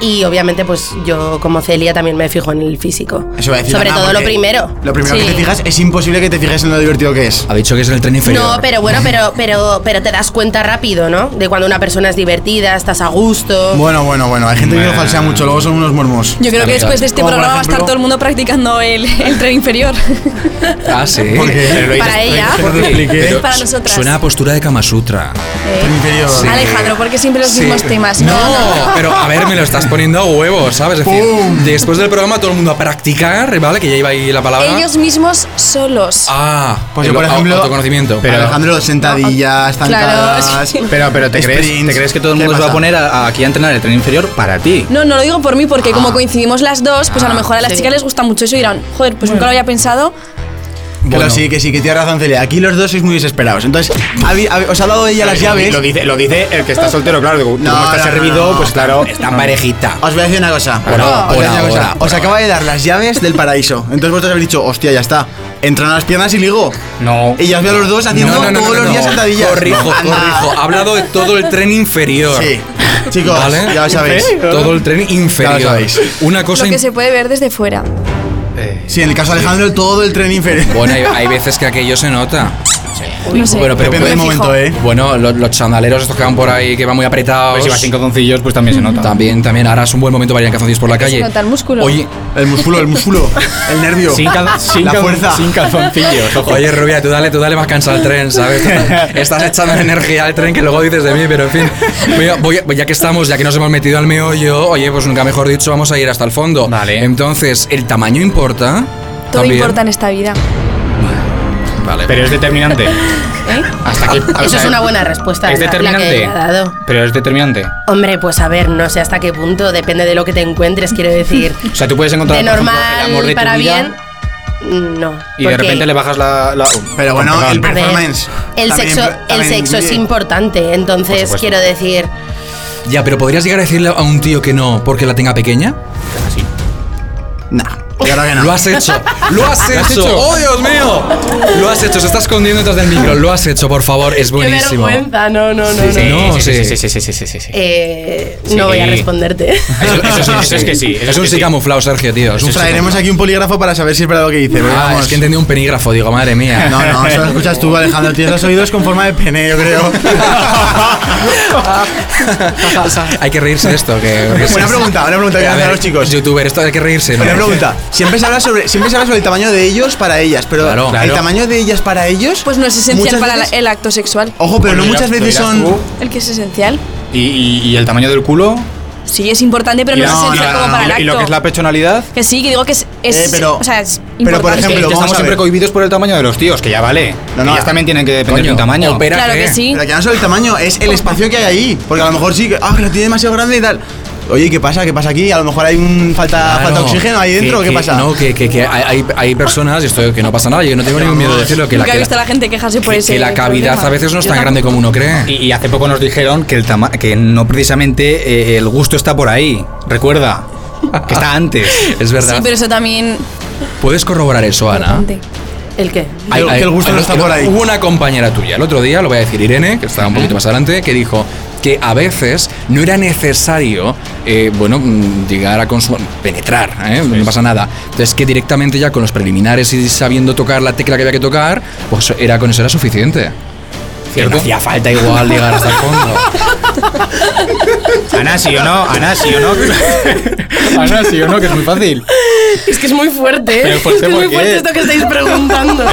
Speaker 12: y obviamente pues yo como Celia también me fijo en el físico.
Speaker 10: Eso iba a decir
Speaker 12: sobre
Speaker 10: Ana,
Speaker 12: todo lo
Speaker 10: porque
Speaker 12: primero.
Speaker 10: Lo primero
Speaker 12: Sí.
Speaker 10: que te fijas es imposible que te fijes en lo divertido que es.
Speaker 9: Ha dicho que es el tren
Speaker 12: No, pero bueno, pero, pero, pero te das cuenta rápido, ¿no? De cuando una persona es divertida, estás a gusto.
Speaker 10: Bueno, bueno, bueno, hay gente que lo
Speaker 12: Bueno.
Speaker 10: falsea mucho, luego son unos mormos.
Speaker 7: Yo creo que después de este
Speaker 10: Como por
Speaker 7: programa va a estar
Speaker 10: ejemplo-
Speaker 7: todo el mundo practicando el, el tren inferior.
Speaker 9: Ah,
Speaker 3: [LAUGHS]
Speaker 9: sí.
Speaker 7: [LAUGHS] Para ella.
Speaker 9: Pero
Speaker 7: Ah, Para
Speaker 9: su-
Speaker 7: nosotras.
Speaker 9: Suena a postura de Kama Sutra. Sí.
Speaker 7: Alejandro, porque siempre los
Speaker 9: Sí.
Speaker 7: mismos temas. No,
Speaker 9: No, pero a ver, me lo estás poniendo a huevo, ¿sabes? Es decir, después del programa todo el mundo a practicar, ¿vale? Que ya iba ahí la palabra.
Speaker 7: Ellos mismos solos.
Speaker 9: Ah,
Speaker 10: Pues yo,
Speaker 9: el
Speaker 10: por
Speaker 9: au-
Speaker 10: ejemplo,
Speaker 9: Alejandro
Speaker 10: Pero Alejandro, sentadillas, zancadas.
Speaker 12: [LAUGHS]
Speaker 3: Pero, pero ¿te, crees,
Speaker 10: sprints.
Speaker 3: ¿te crees que todo el
Speaker 10: ¿Qué
Speaker 3: mundo se va a
Speaker 10: pasa?
Speaker 3: poner a- a aquí a entrenar el tren inferior para ti?
Speaker 7: No, no lo digo por mí, porque como
Speaker 3: Ah.
Speaker 7: coincidimos las dos, pues a lo
Speaker 3: Ah,
Speaker 7: mejor a las
Speaker 3: sí.
Speaker 7: chicas les gusta mucho eso y dirán, joder, pues nunca lo había pensado.
Speaker 10: Pero sí, que sí, que tienes razón, Celia. Aquí los dos sois muy desesperados. Entonces, habi- habi- os ha dado ella las
Speaker 3: Lo di-
Speaker 10: llaves.
Speaker 3: Lo dice, lo dice el que está soltero, claro. Como
Speaker 10: No,
Speaker 3: está
Speaker 10: no,
Speaker 3: servido,
Speaker 10: no, no.
Speaker 3: pues claro.
Speaker 10: Está
Speaker 3: no.
Speaker 10: parejita. Os voy a decir una cosa.
Speaker 3: Por ahora,
Speaker 10: os voy a decir
Speaker 3: por
Speaker 10: una cosa.
Speaker 3: ahora,
Speaker 10: Os acaba de dar las llaves del paraíso. Entonces vosotros habéis dicho, hostia, ya está. Entran a las piernas y ligo.
Speaker 3: No.
Speaker 10: Y ya os veo a los dos haciendo
Speaker 9: No, no, no,
Speaker 10: todos
Speaker 9: no,
Speaker 10: los
Speaker 9: no.
Speaker 10: días sentadillas.
Speaker 9: Corrijo,
Speaker 10: Anda.
Speaker 9: corrijo. Ha hablado de todo el tren inferior.
Speaker 10: Sí. Chicos, ya lo sabéis.
Speaker 9: Todo el tren inferior.
Speaker 10: Ya lo sabéis.
Speaker 9: Una cosa
Speaker 7: Lo que
Speaker 9: im-
Speaker 7: se puede ver desde fuera.
Speaker 10: Sí, en el caso de Alejandro, todo el tren inferior.
Speaker 9: Bueno,
Speaker 10: [LAUGHS]
Speaker 9: hay, hay veces que aquello se nota.
Speaker 7: No sé.
Speaker 9: Bueno, pero
Speaker 10: Depende del
Speaker 9: bueno,
Speaker 10: momento, ¿eh?
Speaker 9: Bueno, lo- los, chandaleros estos que van por ahí, que van muy apretados.
Speaker 3: Pues si vas sin calzoncillos, pues también se nota.
Speaker 9: También, también. Ahora es un buen momento para ir en calzoncillos por la
Speaker 7: Se
Speaker 9: calle.
Speaker 7: nota el músculo.
Speaker 9: Oye,
Speaker 10: el músculo, el músculo, el nervio,
Speaker 3: Sin cal- sin
Speaker 10: la
Speaker 3: cal-
Speaker 10: fuerza.
Speaker 3: sin calzoncillos, ojo.
Speaker 9: Oye, Rubia, tú dale, tú dale más cansa al
Speaker 3: [LAUGHS]
Speaker 9: tren, ¿sabes? Estás echando energía al tren que luego dices de mí, pero en fin. Voy a- voy a- pues ya que estamos, ya que nos hemos metido al meollo, oye, pues nunca mejor dicho, vamos a ir hasta el fondo. Vale. Entonces, ¿el tamaño importa?
Speaker 7: Todo
Speaker 9: También.
Speaker 7: importa en esta vida.
Speaker 9: Vale.
Speaker 3: Pero es
Speaker 12: [LAUGHS]
Speaker 3: determinante.
Speaker 12: ¿Eh?
Speaker 3: Hasta aquí. o
Speaker 12: Eso
Speaker 3: sea,
Speaker 12: es una buena respuesta.
Speaker 3: ¿Es
Speaker 12: la- la que
Speaker 3: determinante?
Speaker 12: ha dado.
Speaker 3: Pero es determinante.
Speaker 12: Hombre, pues a ver, no sé hasta qué punto, depende de lo que te encuentres, quiero
Speaker 3: [LAUGHS]
Speaker 12: decir.
Speaker 3: O sea, tú puedes encontrar
Speaker 12: De
Speaker 3: por ejemplo,
Speaker 12: normal
Speaker 3: el amor de tu
Speaker 12: para
Speaker 3: vida
Speaker 12: bien, no.
Speaker 3: y de
Speaker 12: porque
Speaker 3: repente le bajas la. la-
Speaker 10: Pero bueno,
Speaker 3: Perdón.
Speaker 10: el
Speaker 12: A ver,
Speaker 10: performance.
Speaker 12: El
Speaker 10: también
Speaker 12: sexo,
Speaker 10: impl-
Speaker 12: el
Speaker 10: también
Speaker 12: sexo es
Speaker 10: incluye.
Speaker 12: importante, entonces
Speaker 9: supuesto.
Speaker 12: quiero decir,
Speaker 9: Ya, pero ¿podrías llegar a decirle a un tío que no porque la tenga pequeña?
Speaker 3: Así.
Speaker 10: Nah. Claro que no.
Speaker 9: Lo has hecho, lo has
Speaker 10: ¿Lo has
Speaker 9: hecho.
Speaker 10: hecho?
Speaker 9: ¡Oh, Dios mío! Lo has hecho, se está escondiendo detrás del micro. Lo has hecho, por favor, es
Speaker 12: qué
Speaker 9: buenísimo.
Speaker 12: vergüenza, no, no, no, no.
Speaker 9: Sí, no, sí,
Speaker 3: sí, sí, sí, sí, sí, sí, sí.
Speaker 12: Eh,
Speaker 3: Sí.
Speaker 12: No voy a responderte.
Speaker 3: Eso, eso sí, eso es que sí. eso
Speaker 9: Es un
Speaker 3: que
Speaker 9: sí
Speaker 3: sí.
Speaker 9: camuflado, Sergio, tío. es un sí
Speaker 10: Traeremos aquí un polígrafo para saber si es verdad lo que dice. porque
Speaker 9: Ah,
Speaker 10: vamos.
Speaker 9: es que entendí un penígrafo, digo, madre mía.
Speaker 10: No, no, eso lo escuchas tú, Alejandro. Tienes los oídos con forma de pene, yo creo.
Speaker 9: Hay que reírse de esto. Que,
Speaker 10: Una pregunta, una pregunta que voy a hacer a los
Speaker 9: chicos. Youtuber, esto hay que reírse. ¿no?
Speaker 10: Una pregunta. Siempre se habla sobre, siempre se habla sobre el tamaño de ellos para ellas, pero
Speaker 9: Claro.
Speaker 10: el
Speaker 9: Claro.
Speaker 10: tamaño de ellas para ellos.
Speaker 7: Pues no es esencial
Speaker 10: muchas
Speaker 7: para la-
Speaker 10: veces-
Speaker 7: el acto sexual.
Speaker 10: Ojo, pero no
Speaker 3: Lo
Speaker 10: muchas
Speaker 3: dirás-
Speaker 10: veces
Speaker 3: lo
Speaker 10: son.
Speaker 3: dirás
Speaker 7: ¿El que es esencial?
Speaker 3: ¿Y, y- y el tamaño del culo?
Speaker 7: Sí, es importante, pero
Speaker 3: y
Speaker 7: no,
Speaker 3: la-
Speaker 7: es
Speaker 3: y
Speaker 7: esencial
Speaker 3: la-
Speaker 7: como para
Speaker 3: y
Speaker 7: el
Speaker 3: la-
Speaker 7: acto.
Speaker 3: ¿Y lo que es la pechonalidad?
Speaker 7: Que sí, que digo que es, es-
Speaker 3: Eh, pero-
Speaker 7: o sea, es
Speaker 3: Pero por
Speaker 7: importante.
Speaker 3: ejemplo, estamos siempre cohibidos por el tamaño de los tíos, que ya vale.
Speaker 10: No, no,
Speaker 3: ellas también tienen que depender de un tamaño.
Speaker 10: Pero que no solo el tamaño, es el espacio que hay ahí. Porque a lo mejor sí, que, ah, que lo tiene demasiado grande y tal. Oye, ¿qué pasa? ¿Qué pasa aquí? A lo mejor hay un falta, falta de oxígeno ahí dentro,
Speaker 9: Que-
Speaker 10: ¿qué
Speaker 9: que-
Speaker 10: pasa?
Speaker 9: No, que, que- que hay, hay- hay personas, y esto que no pasa nada, yo no tengo ningún miedo de decirlo, que la,
Speaker 7: Nunca he
Speaker 9: que
Speaker 7: visto a
Speaker 9: la-
Speaker 7: la gente quejarse por
Speaker 9: que
Speaker 7: ese
Speaker 9: la cavidad
Speaker 7: Pues problema.
Speaker 9: a veces no es
Speaker 7: Yo
Speaker 9: tan grande como uno cree.
Speaker 3: Y, y hace poco nos dijeron que, el tama- que no precisamente eh, el gusto está por ahí. Recuerda.
Speaker 9: Que está antes. [LAUGHS] Es verdad.
Speaker 7: Sí, pero eso también.
Speaker 9: ¿Puedes corroborar eso, Ana?
Speaker 2: ¿El qué?
Speaker 9: Hay- hay- hay-
Speaker 2: no-
Speaker 9: Hubo una compañera tuya el otro día, lo voy a decir Irene, que estaba un poquito más adelante, que dijo que a veces no era necesario, eh, bueno, mm, llegar a consumar, penetrar, ¿eh? no pasa nada. Entonces que directamente ya con los preliminares y sabiendo tocar la tecla que había que tocar, pues era con eso era suficiente. Que no hacía falta igual llegar hasta el [LAUGHS] fondo.
Speaker 10: Ana, sí o no, Ana,
Speaker 9: [LAUGHS]
Speaker 10: sí o no. Ana, sí o no, que es muy [LAUGHS] fácil.
Speaker 2: Es que es muy fuerte, ¿eh?
Speaker 10: Pero fuerte,
Speaker 2: es que es muy
Speaker 10: ¿por qué?
Speaker 2: fuerte esto que estáis preguntando.
Speaker 3: No,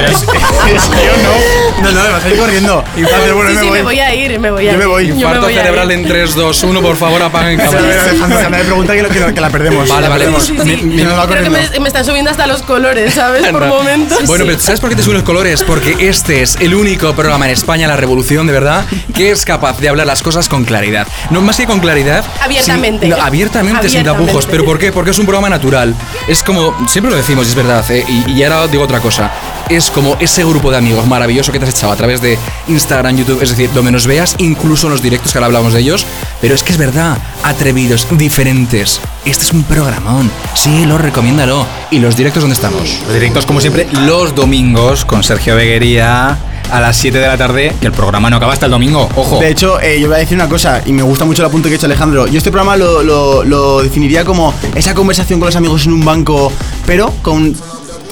Speaker 3: no, me vas a ir corriendo. Ah, pero bueno,
Speaker 2: sí,
Speaker 3: me
Speaker 2: sí,
Speaker 3: voy.
Speaker 2: me
Speaker 7: [LAUGHS]
Speaker 2: voy a ir, me voy a
Speaker 3: Yo
Speaker 2: ir.
Speaker 3: me voy.
Speaker 2: Yo me
Speaker 9: Infarto
Speaker 2: voy a ir.
Speaker 9: cerebral en 3, 2, 1, por favor apaguen
Speaker 3: O sea,
Speaker 9: cámaras.
Speaker 3: Alejandro, se me de preguntar que, lo- que lo- que la perdemos.
Speaker 9: Vale, vale.
Speaker 2: Sí,
Speaker 9: Mi-
Speaker 2: sí.
Speaker 9: mi-
Speaker 2: Creo que me, me están subiendo hasta los colores, ¿sabes? Por
Speaker 9: No.
Speaker 2: momentos.
Speaker 9: Bueno, pues pero ¿sabes por qué te suben los colores? Porque este es el único programa en España, La Revolución, de verdad, que es capaz de hablar las cosas con claridad. No más que con claridad.
Speaker 2: Abiertamente.
Speaker 9: sin- no, abiertamente, sin
Speaker 2: Abiertamente.
Speaker 9: tapujos. ¿Pero por qué? Porque es un programa natural. Es como, siempre lo decimos, y es verdad, ¿eh? y, y ahora digo otra cosa. Es como ese grupo de amigos maravilloso que te has echado a través de Instagram, YouTube, es decir, donde nos veas, incluso en los directos que ahora hablamos de ellos. Pero es que es verdad, atrevidos, diferentes. Este es un programón. Sí, lo recomiéndalo. ¿Y los directos dónde estamos?
Speaker 10: Los directos, como siempre, los domingos con Sergio Beguería a las 7 de la tarde, que el programa no acaba hasta el domingo, ojo.
Speaker 3: De hecho, eh, yo voy a decir una cosa, y me gusta mucho el apunte que ha hecho Alejandro. Yo este programa lo, lo- lo definiría como esa conversación con los amigos en un banco, pero con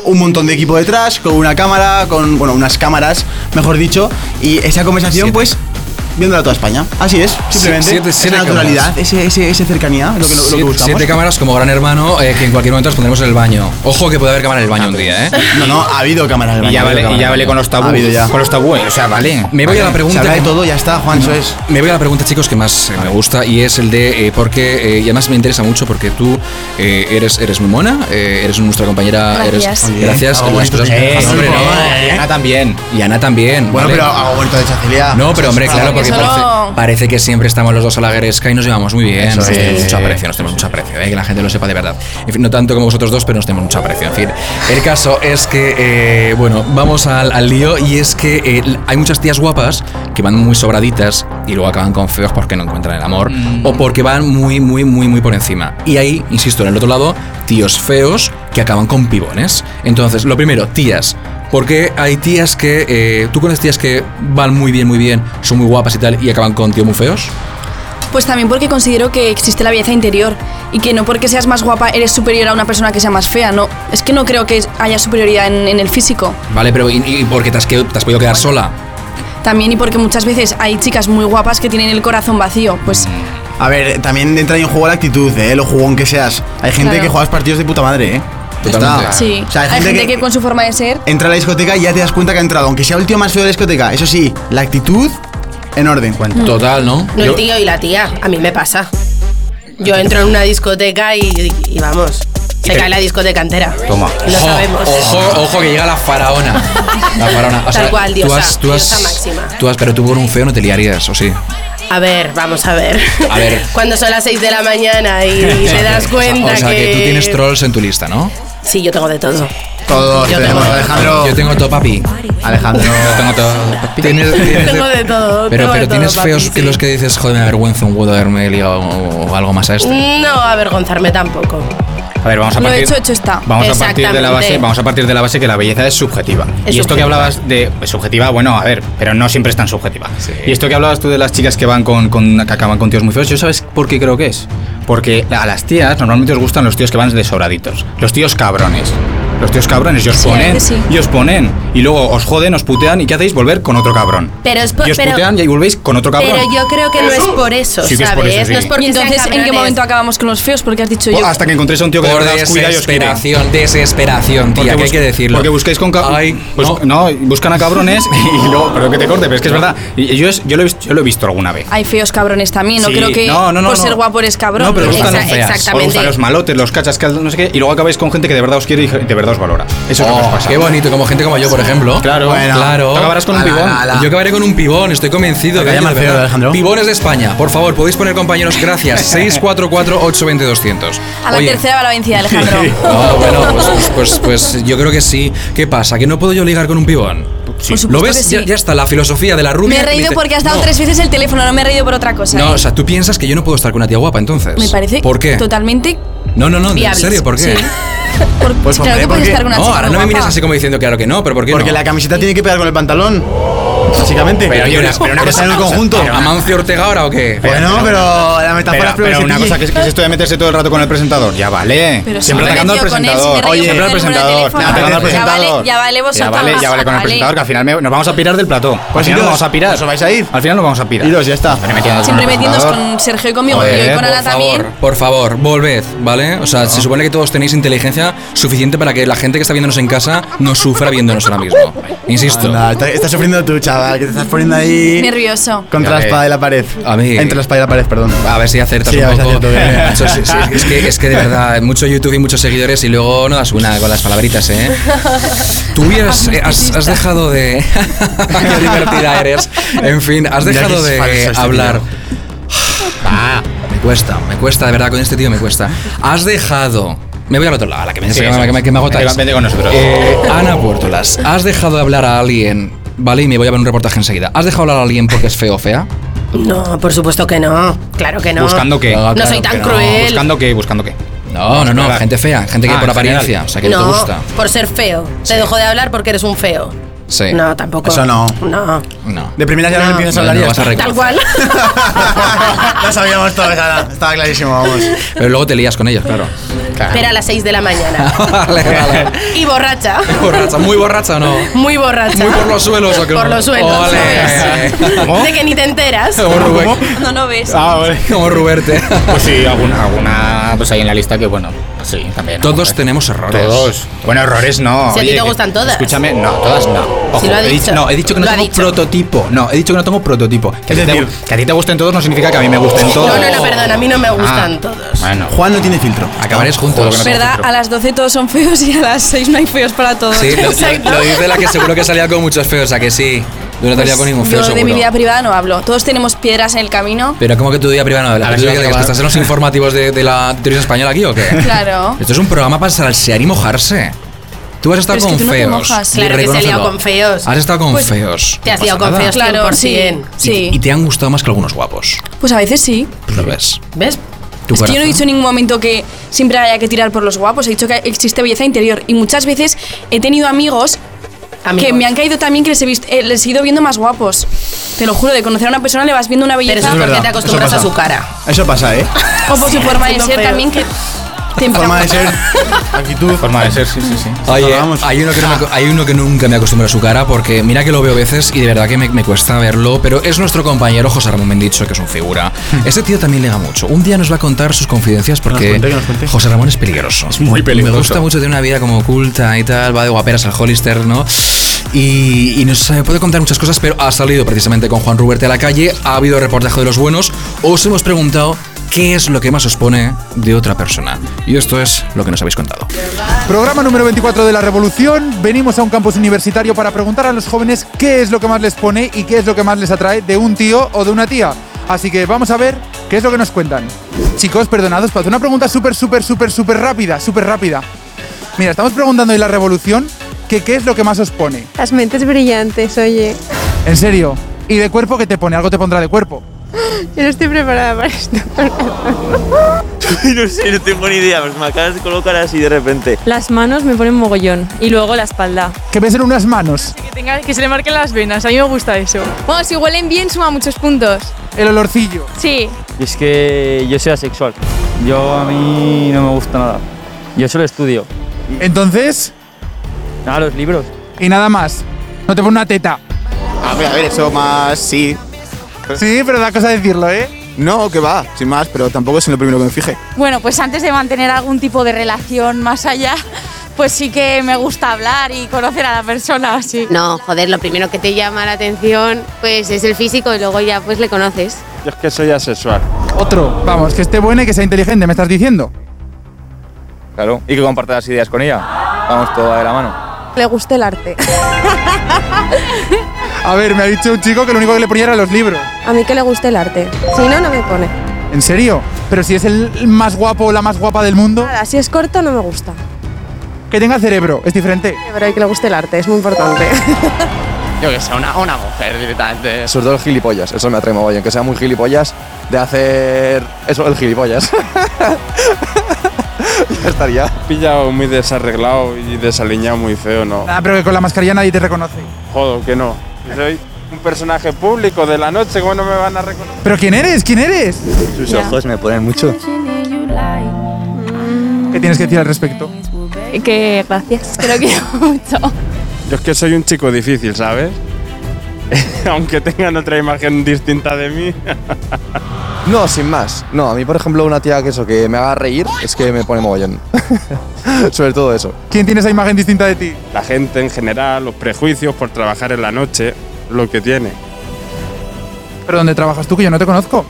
Speaker 3: un montón de equipo detrás, con una cámara, con, bueno, unas cámaras, mejor dicho, y esa conversación, pues, viéndola toda España. Así es, simplemente.
Speaker 9: siete- siete
Speaker 3: esa
Speaker 9: cámaras.
Speaker 3: naturalidad, ese, ese- esa cercanía, lo que, lo, lo que
Speaker 9: Siete-
Speaker 3: buscamos.
Speaker 9: Siete cámaras como gran hermano eh, que en cualquier momento las pondremos en el baño. Ojo que puede haber cámara en el baño un día, ¿eh?
Speaker 3: No, no, ha habido cámaras del
Speaker 9: Y
Speaker 3: baño,
Speaker 9: ya
Speaker 3: ha
Speaker 9: vale-
Speaker 3: habido
Speaker 9: y ya
Speaker 3: cámaras
Speaker 9: vale
Speaker 3: del
Speaker 9: con
Speaker 3: baño.
Speaker 9: los tabús.
Speaker 3: Ha habido ya.
Speaker 9: Con
Speaker 10: los tabúes, o sea, vale.
Speaker 9: Me voy a la
Speaker 3: Vale,
Speaker 9: pregunta.
Speaker 3: Se habla de
Speaker 9: que-
Speaker 3: todo, ya está, Juan, eso es.
Speaker 9: Me voy a la pregunta, chicos, que más eh, me gusta y es el de eh, por qué, eh, y además me interesa mucho porque tú eh, eres, eres muy mona, eh, eres nuestra compañera,
Speaker 10: Gracias.
Speaker 9: eres. Gracias,
Speaker 10: Hago
Speaker 9: algunas
Speaker 10: bonito.
Speaker 9: cosas.
Speaker 10: Eh,
Speaker 9: Ah, hombre,
Speaker 10: sí,
Speaker 9: no.
Speaker 10: eh. Y Ana también.
Speaker 9: Y Ana también.
Speaker 3: Bueno,
Speaker 9: vale.
Speaker 3: pero hago vuelta de chacelía.
Speaker 9: No, pero hombre,
Speaker 3: Eso es
Speaker 9: claro, porque
Speaker 3: para-
Speaker 9: parece, parece que siempre estamos los dos a la gresca y nos llevamos muy bien.
Speaker 3: Eso
Speaker 9: Nos
Speaker 3: es.
Speaker 9: tenemos mucho aprecio, nos tenemos mucho aprecio, eh, que la gente lo sepa de verdad. En fin, no tanto como vosotros dos, pero nos tenemos mucho aprecio. En fin, el caso es que, eh, bueno, vamos al, al lío y es que eh, hay muchas tías guapas que van muy sobraditas y luego acaban con feos porque no encuentran el amor
Speaker 3: Mm.
Speaker 9: o porque van muy, muy, muy, muy por encima. Y ahí, insisto, en el otro lado, tíos feos que acaban con pibones. Entonces, lo primero, tías. Porque hay tías que. eh, ¿Tú conoces tías que van muy bien, muy bien, son muy guapas y tal, y acaban con tíos muy feos?
Speaker 7: Pues también porque considero que existe la belleza interior y que no porque seas más guapa eres superior a una persona que sea más fea, no. Es que no creo que haya superioridad en, en el físico.
Speaker 9: Vale, pero ¿y, y por qué te has, qued- te has podido quedar sola?
Speaker 7: También y porque muchas veces hay chicas muy guapas que tienen el corazón vacío, pues
Speaker 9: Mm,
Speaker 3: A ver, también entra ahí en juego la actitud, ¿eh? Lo jugón que seas. Hay gente
Speaker 7: Claro.
Speaker 3: que juegas partidos de puta madre, ¿eh?
Speaker 9: Totalmente.
Speaker 3: Está.
Speaker 7: sí.
Speaker 3: O sea, hay, gente, que,
Speaker 7: con su forma de ser
Speaker 3: entra a la discoteca y ya te das cuenta que ha entrado, aunque sea el tío más feo de la discoteca. Eso sí, la actitud en orden.
Speaker 9: Total, ¿no?
Speaker 2: No, el tío y la tía, a mí me pasa. Yo entro en una discoteca y, y vamos, se
Speaker 9: te-
Speaker 2: cae la discoteca entera.
Speaker 9: Toma.
Speaker 2: Lo
Speaker 9: ojo,
Speaker 2: sabemos.
Speaker 9: ojo, ojo, que llega la faraona. La faraona. O sea,
Speaker 2: Tal cual, diosa,
Speaker 9: tú has, tú has-
Speaker 2: diosa máxima.
Speaker 9: tú has- pero tú con un feo no te liarías, ¿o sí?
Speaker 2: A ver, vamos a ver.
Speaker 9: A ver.
Speaker 2: [LAUGHS] Cuando son las 6 de la mañana y
Speaker 9: [LAUGHS]
Speaker 2: te das cuenta
Speaker 9: o sea, que...
Speaker 2: que...
Speaker 9: tú tienes trolls en tu lista, ¿no?
Speaker 2: Sí, yo tengo de todo.
Speaker 3: Todos
Speaker 2: Yo tengo, de todo.
Speaker 9: Yo tengo todo, papi.
Speaker 3: Alejandro.
Speaker 9: Yo tengo todo, papi. Tienes- tienes-
Speaker 2: Tengo de todo. tengo
Speaker 9: Pero, pero
Speaker 2: de todo,
Speaker 9: tienes
Speaker 2: papi,
Speaker 9: feos
Speaker 2: sí.
Speaker 9: que los que dices, joder, me avergüenza un huevo de haberme ligado o, o algo más a este.
Speaker 2: No avergonzarme tampoco.
Speaker 10: A ver, vamos a
Speaker 2: Lo
Speaker 10: partir.
Speaker 2: hecho, hecho está.
Speaker 10: Vamos a partir de la base,
Speaker 2: Exactamente.
Speaker 10: vamos a partir de la base que la belleza es subjetiva.
Speaker 2: Es
Speaker 10: y esto que
Speaker 2: subjetiva.
Speaker 10: hablabas de pues, subjetiva, bueno, a ver, pero no siempre es tan subjetiva. Y esto que hablabas tú de las chicas que van con, con- que acaban con tíos muy feos, yo sabes por qué creo que es. Porque a las tías normalmente os gustan los tíos que van de sobraditos, los tíos cabrones. Los tíos cabrones y os
Speaker 2: Sí, a
Speaker 10: ponen,
Speaker 2: veces sí.
Speaker 10: y os ponen, y luego os joden, os putean, y ¿qué hacéis? Volver con otro cabrón.
Speaker 2: Pero es por-
Speaker 10: y os
Speaker 2: pero-
Speaker 10: putean y ahí volvéis con otro cabrón.
Speaker 2: Pero yo creo que no es por eso,
Speaker 10: Sí que es por
Speaker 2: ¿sabes?
Speaker 10: eso, sí.
Speaker 2: No es porque
Speaker 7: y entonces
Speaker 2: sean
Speaker 7: en qué
Speaker 2: cabrones.
Speaker 7: momento acabamos con los feos porque has
Speaker 9: Pues
Speaker 7: dicho yo.
Speaker 10: Hasta que encontréis a un tío que de
Speaker 9: Por
Speaker 10: verdad os cuida y os quiere.
Speaker 9: desesperación, desesperación, tía, que hay
Speaker 10: bus-
Speaker 9: que decirlo.
Speaker 10: Porque busquéis con cabrones. no. buscan
Speaker 9: [LAUGHS]
Speaker 10: a cabrones y luego. Pero que te corte, pero es que es verdad. Y yo, es- yo, lo, he, visto- yo lo he visto alguna vez.
Speaker 7: Hay feos cabrones también, no
Speaker 10: Sí,
Speaker 7: creo que
Speaker 10: no, no, no,
Speaker 7: por
Speaker 10: no.
Speaker 7: ser guapo eres cabrón.
Speaker 10: No, pero os gustan
Speaker 7: Exa-
Speaker 10: los feas. Os gustan los malotes, los cachas, que no sé qué. Y luego acabáis con gente que de verdad os quiere y de verdad dos valora. Eso es lo que
Speaker 9: Oh,
Speaker 10: nos pasa.
Speaker 9: qué bonito, como gente como yo, por ejemplo.
Speaker 10: Claro, Bueno,
Speaker 9: claro.
Speaker 10: tú acabarás con un
Speaker 9: Ala,
Speaker 10: pibón.
Speaker 9: ala, ala. Yo acabaré con un pibón, estoy convencido.
Speaker 10: Te calla
Speaker 9: de ello, de
Speaker 10: Marcelo,
Speaker 9: verdad.
Speaker 10: Alejandro.
Speaker 9: Pibones de España, por favor, podéis poner compañeros,
Speaker 10: [LAUGHS]
Speaker 9: gracias. 644-820-200.
Speaker 7: A la
Speaker 9: Oye,
Speaker 7: tercera va la
Speaker 9: [LAUGHS]
Speaker 7: vencida, Alejandro.
Speaker 9: no, bueno, pues, pues, pues, pues yo creo que sí. ¿Qué pasa? ¿Que no puedo yo ligar con un pibón? ¿Lo ves?
Speaker 7: que sí.
Speaker 9: Ya, ya está, la filosofía de la rubia.
Speaker 7: me he reído
Speaker 9: dice,
Speaker 7: porque has dado
Speaker 9: "No".
Speaker 7: tres veces el teléfono, no me he reído por otra cosa.
Speaker 9: No,
Speaker 7: ¿eh?
Speaker 9: o sea, tú piensas que yo no puedo estar con una tía guapa, entonces.
Speaker 7: me parece
Speaker 9: ¿Por qué?
Speaker 7: totalmente.
Speaker 9: No, no, no, en
Speaker 7: viables,
Speaker 9: serio, ¿por qué?
Speaker 7: sí. Por-
Speaker 9: Pues,
Speaker 7: claro que puedes estar con una
Speaker 9: No,
Speaker 7: chica
Speaker 9: ahora no me
Speaker 7: guapa.
Speaker 9: mires así como diciendo claro que no, pero ¿por qué
Speaker 3: Porque
Speaker 9: no?
Speaker 3: la camiseta tiene que pegar con el pantalón. Básicamente.
Speaker 9: Pero oye, una- pero una cosa-
Speaker 3: en el conjunto.
Speaker 9: ¿A Mancio Ortega ahora o qué?
Speaker 3: Bueno, pero la metáfora
Speaker 10: Pero,
Speaker 3: es
Speaker 10: pero una cosa que es que es esto de meterse todo el rato con el presentador. Ya vale.
Speaker 7: Pero si
Speaker 10: siempre
Speaker 7: me he
Speaker 10: atacando al
Speaker 7: metido con él, si me
Speaker 10: presentador.
Speaker 7: he reído
Speaker 10: Oye,
Speaker 7: con él, el
Speaker 10: siempre al
Speaker 7: número de
Speaker 10: presentador.
Speaker 7: teléfono.
Speaker 10: Atacando al
Speaker 7: Ya vale,
Speaker 10: presentador.
Speaker 7: ya vale vosotros.
Speaker 10: Ya vale, ya vale con el
Speaker 7: Vale.
Speaker 10: presentador, que al final me- nos vamos a pirar del plató. Al
Speaker 3: Pues iros.
Speaker 10: final nos vamos a pirar.
Speaker 3: ¿Os vais a ir?
Speaker 10: Al final nos vamos a pirar.
Speaker 3: ya está.
Speaker 7: Siempre metiéndos con Sergio y conmigo,
Speaker 9: Joder,
Speaker 7: y yo y con Ana
Speaker 9: por favor,
Speaker 7: también.
Speaker 9: por favor, volved, ¿vale? O sea, se supone que todos tenéis inteligencia suficiente para que la gente que está viéndonos en casa no sufra viéndonos ahora mismo. Insisto.
Speaker 3: Anda, está- estás sufriendo tú, chaval, que te estás poniendo ahí
Speaker 7: Nervioso.
Speaker 3: contra la
Speaker 9: Ya, eh.
Speaker 3: espada y la pared.
Speaker 9: A mí.
Speaker 3: Entre la espada y la pared, perdón.
Speaker 9: A ver si acertas
Speaker 3: Sí, a
Speaker 9: un
Speaker 3: ver si
Speaker 9: poco.
Speaker 3: acierto bien.
Speaker 9: [LAUGHS] Macho, sí, sí, es, que, es que de verdad, mucho YouTube y muchos seguidores y luego no das una con las palabritas, [LAUGHS] ¿eh? Tú hubieras, eh, has, has dejado [LAUGHS] de... Qué divertida eres. En fin, has
Speaker 3: Mira
Speaker 9: dejado
Speaker 3: que es falso
Speaker 9: de
Speaker 3: este
Speaker 9: hablar... Ah, me cuesta, me cuesta, de verdad, con este tío me cuesta. Has dejado... Me voy al otro lado, a la que me,
Speaker 10: Sí,
Speaker 9: que
Speaker 10: sí,
Speaker 9: me- que me, que me agotáis.
Speaker 10: Vete- vete con nosotros.
Speaker 9: Eh, Ana Puertolas, has dejado de hablar a alguien, ¿vale? Y me voy a ver un reportaje enseguida. ¿Has dejado hablar a alguien porque es feo o fea?
Speaker 2: No, por supuesto que no. Claro que no.
Speaker 10: Buscando qué.
Speaker 9: No,
Speaker 2: No
Speaker 9: claro
Speaker 2: soy tan
Speaker 9: que no.
Speaker 2: cruel.
Speaker 10: Buscando qué, buscando qué.
Speaker 9: No, no, no, gente fea, gente que
Speaker 10: Ah,
Speaker 9: por
Speaker 10: en general.
Speaker 9: apariencia, o sea, que no, te gusta.
Speaker 2: por ser feo. Te dejo de hablar porque eres un feo.
Speaker 9: Sí.
Speaker 2: No, tampoco.
Speaker 3: Eso no.
Speaker 2: No.
Speaker 9: No.
Speaker 3: De primeras ya no,
Speaker 2: No.
Speaker 3: empiezas a
Speaker 9: No,
Speaker 3: hablar y
Speaker 9: no
Speaker 3: ya
Speaker 9: vas a
Speaker 3: está.
Speaker 9: reconocer.
Speaker 2: Tal cual.
Speaker 3: [LAUGHS] Lo sabíamos todos, Ana. Estaba clarísimo, vamos.
Speaker 9: Pero luego te lías con ellos, claro.
Speaker 2: Pero a las 6 de la mañana.
Speaker 9: vale,
Speaker 10: [LAUGHS]
Speaker 9: vale.
Speaker 2: Y borracha.
Speaker 9: Borracha, muy borracha o no.
Speaker 2: Muy borracha.
Speaker 9: Muy por los suelos o qué.
Speaker 2: Por los suelos.
Speaker 9: Ole.
Speaker 2: De que ni te enteras.
Speaker 9: Como Rubén.
Speaker 7: No, no ves.
Speaker 3: Ah,
Speaker 9: Como Ruberte.
Speaker 10: Pues sí, alguna, alguna pues hay en la lista que bueno, sí, también. Pues
Speaker 9: Todos tenemos errores.
Speaker 10: Todos. Bueno, errores no.
Speaker 2: Si a ti
Speaker 10: Oye,
Speaker 2: te
Speaker 10: que-
Speaker 2: gustan todas.
Speaker 10: Escúchame, no, todas no. Ojo,
Speaker 2: Si lo ha
Speaker 10: he
Speaker 2: dicho.
Speaker 10: dicho, no, he dicho que no
Speaker 2: Lo ha
Speaker 10: tengo
Speaker 2: dicho.
Speaker 10: prototipo. No, he dicho que no tengo prototipo. Que a, ti te, que a ti te gusten todos no significa que a mí me gusten
Speaker 2: No,
Speaker 10: todos.
Speaker 2: no,
Speaker 7: Oh.
Speaker 2: no, perdón. A mí no me gustan
Speaker 10: Ah.
Speaker 2: todos.
Speaker 10: Bueno,
Speaker 3: Juan no tiene filtro.
Speaker 9: Acabaréis
Speaker 10: Joder,
Speaker 9: juntos.
Speaker 10: que no
Speaker 7: ¿Verdad? A las 12 todos son feos y a las 6 no hay feos para todos.
Speaker 9: Sí, lo,
Speaker 7: Exacto.
Speaker 9: lo dice la que seguro que salía con muchos feos, o sea que sí. Yo no te salía con ningún feo,
Speaker 7: Yo
Speaker 9: seguro.
Speaker 7: de mi vida privada no hablo. Todos tenemos piedras en el camino.
Speaker 9: Pero ¿cómo que tu día privado no hablas?
Speaker 10: ver
Speaker 9: ¿Tú
Speaker 10: si
Speaker 9: qué
Speaker 10: vas a
Speaker 9: crees, que
Speaker 10: acabar.
Speaker 9: ¿Estás en los informativos de, de la televisión española aquí o qué?
Speaker 7: Claro.
Speaker 9: Esto es un programa para salsear y mojarse. Tú has estado
Speaker 7: Pero es
Speaker 9: con
Speaker 7: que tú no te
Speaker 9: feos.
Speaker 7: mojas.
Speaker 9: sí,
Speaker 2: Claro que se ha
Speaker 9: reconócelo.
Speaker 2: liado con feos.
Speaker 9: Has estado con
Speaker 7: Pues,
Speaker 9: feos.
Speaker 2: Te has
Speaker 9: No
Speaker 2: liado
Speaker 9: pasa
Speaker 2: con
Speaker 9: nada.
Speaker 2: feos
Speaker 7: Claro,
Speaker 2: 100%.
Speaker 9: Y- Y, te han gustado más que algunos guapos.
Speaker 7: Pues a veces sí.
Speaker 9: Pues lo ves.
Speaker 2: ¿Ves?
Speaker 9: Tu
Speaker 7: Es que yo no he
Speaker 9: corazón.
Speaker 7: dicho en ningún momento que siempre haya que tirar por los guapos. He dicho que existe belleza interior. Y muchas veces he tenido amigos, que
Speaker 2: Amigos.
Speaker 7: me han caído también que les he, vist- eh, les he ido viendo más guapos. Te lo juro, de conocer a una persona le vas viendo una
Speaker 2: Pero eso
Speaker 7: belleza.
Speaker 2: es porque
Speaker 3: verdad,
Speaker 2: te acostumbras
Speaker 3: eso
Speaker 2: a
Speaker 3: pasa.
Speaker 2: su cara.
Speaker 3: Eso pasa,
Speaker 7: [LAUGHS]
Speaker 3: ¿eh?
Speaker 7: O por su forma de
Speaker 2: Siendo
Speaker 7: ser
Speaker 2: feo.
Speaker 7: también que te
Speaker 3: Forma de
Speaker 7: empieza-
Speaker 3: ser, actitud.
Speaker 10: Forma de ser, sí, sí, sí.
Speaker 9: Oye,
Speaker 3: Vamos.
Speaker 9: hay uno, que no me- hay uno que nunca me acostumbra a su cara porque mira que lo veo veces y de verdad que me, me cuesta verlo, pero es nuestro compañero José Ramón Bendicho, que es un figura. Ese tío también lega mucho. Un día nos va a contar sus confidencias porque
Speaker 3: cuente, que Hmm. nos cuente.
Speaker 9: José Ramón es peligroso. Es
Speaker 10: muy peligroso.
Speaker 9: Me gusta mucho, tiene una vida como oculta y tal, va de guaperas al Hollister, ¿no? Y, y nos eh, puede contar muchas cosas, pero ha salido precisamente con Juan Ruberte a la calle, ha habido reportaje de los buenos, os hemos preguntado qué es lo que más os pone de otra persona. Y esto es lo que nos habéis contado.
Speaker 13: Programa número 24 de La Revolución. Venimos a un campus universitario para preguntar a los jóvenes qué es lo que más les pone y qué es lo que más les atrae de un tío o de una tía. Así que vamos a ver qué es lo que nos cuentan. Chicos, perdonados, para una pregunta súper, súper, súper, súper rápida, súper rápida. Mira, estamos preguntando en La Revolución que qué es lo que más os pone.
Speaker 14: Las mentes brillantes, oye.
Speaker 13: En serio. ¿Y de cuerpo qué te pone? Algo te pondrá de cuerpo.
Speaker 14: Yo no estoy preparada para esto.
Speaker 15: no sé, [LAUGHS] no tengo ni idea, pues me acabas de colocar así de repente.
Speaker 16: Las manos me ponen mogollón y luego la espalda.
Speaker 13: Que ves en unas manos.
Speaker 16: Que, tenga, que se le marquen las venas, a mí me gusta eso.
Speaker 14: Bueno, si huelen bien, suma muchos puntos.
Speaker 13: El olorcillo.
Speaker 14: Sí.
Speaker 15: Y es que yo soy asexual. Yo a mí no me gusta nada. Yo solo estudio.
Speaker 13: Entonces.
Speaker 15: Nada, los libros.
Speaker 13: Y nada más. No te pone una teta.
Speaker 3: A ver, a ver, eso más sí.
Speaker 13: Sí, pero da cosa decirlo, ¿eh?
Speaker 3: No, que va, sin más, pero tampoco es en lo primero que me fije.
Speaker 17: Bueno, pues antes de mantener algún tipo de relación más allá, pues sí que me gusta hablar y conocer a la persona, sí.
Speaker 18: No, joder, lo primero que te llama la atención pues es el físico y luego ya pues le conoces.
Speaker 13: Yo es que soy asexual. Otro. Vamos, que esté buena y que sea inteligente, me estás diciendo.
Speaker 19: Claro. Y que compartas ideas con ella.
Speaker 15: Vamos todo va de la mano.
Speaker 6: Le gusta el arte.
Speaker 13: A ver, me ha dicho un chico que lo único que le ponía era los libros.
Speaker 6: A mí que le gusta el arte. Si no, no me pone.
Speaker 13: ¿En serio? Pero si es el más guapo o la más guapa del mundo.
Speaker 6: Nada, si es corto, no me gusta.
Speaker 13: Que tenga cerebro, es diferente.
Speaker 6: Pero hay que le guste el arte, es muy importante.
Speaker 19: Yo que sé, una, una mujer directamente. Sobre todo el gilipollas, eso me atrae mogollón, que sea muy gilipollas de hacer eso, el gilipollas. [LAUGHS] ya estaría.
Speaker 4: Pillado muy desarreglado y desaliñado muy feo, ¿no?
Speaker 13: Ah, pero que con la mascarilla nadie te reconoce.
Speaker 4: Jodo, que no. Yo Soy un personaje público de la noche, ¿cómo no me van a reconocer?
Speaker 13: ¿Pero quién eres? ¿Quién eres?
Speaker 4: Sus
Speaker 19: ojos me ponen mucho.
Speaker 13: ¿Qué tienes que decir al respecto?
Speaker 16: Que gracias, te lo quiero mucho.
Speaker 4: Yo es que soy un chico difícil, ¿sabes? [LAUGHS] Aunque tengan otra imagen distinta de mí. [LAUGHS]
Speaker 19: No, sin más. No, a mí, por ejemplo, una tía que eso, que me haga reír, es que me pone mogollón. Sobre todo eso.
Speaker 13: ¿Quién tiene esa imagen distinta de ti?
Speaker 4: la gente en general, los prejuicios por trabajar en la noche, lo que tiene.
Speaker 13: ¿Pero dónde trabajas tú que yo no te conozco?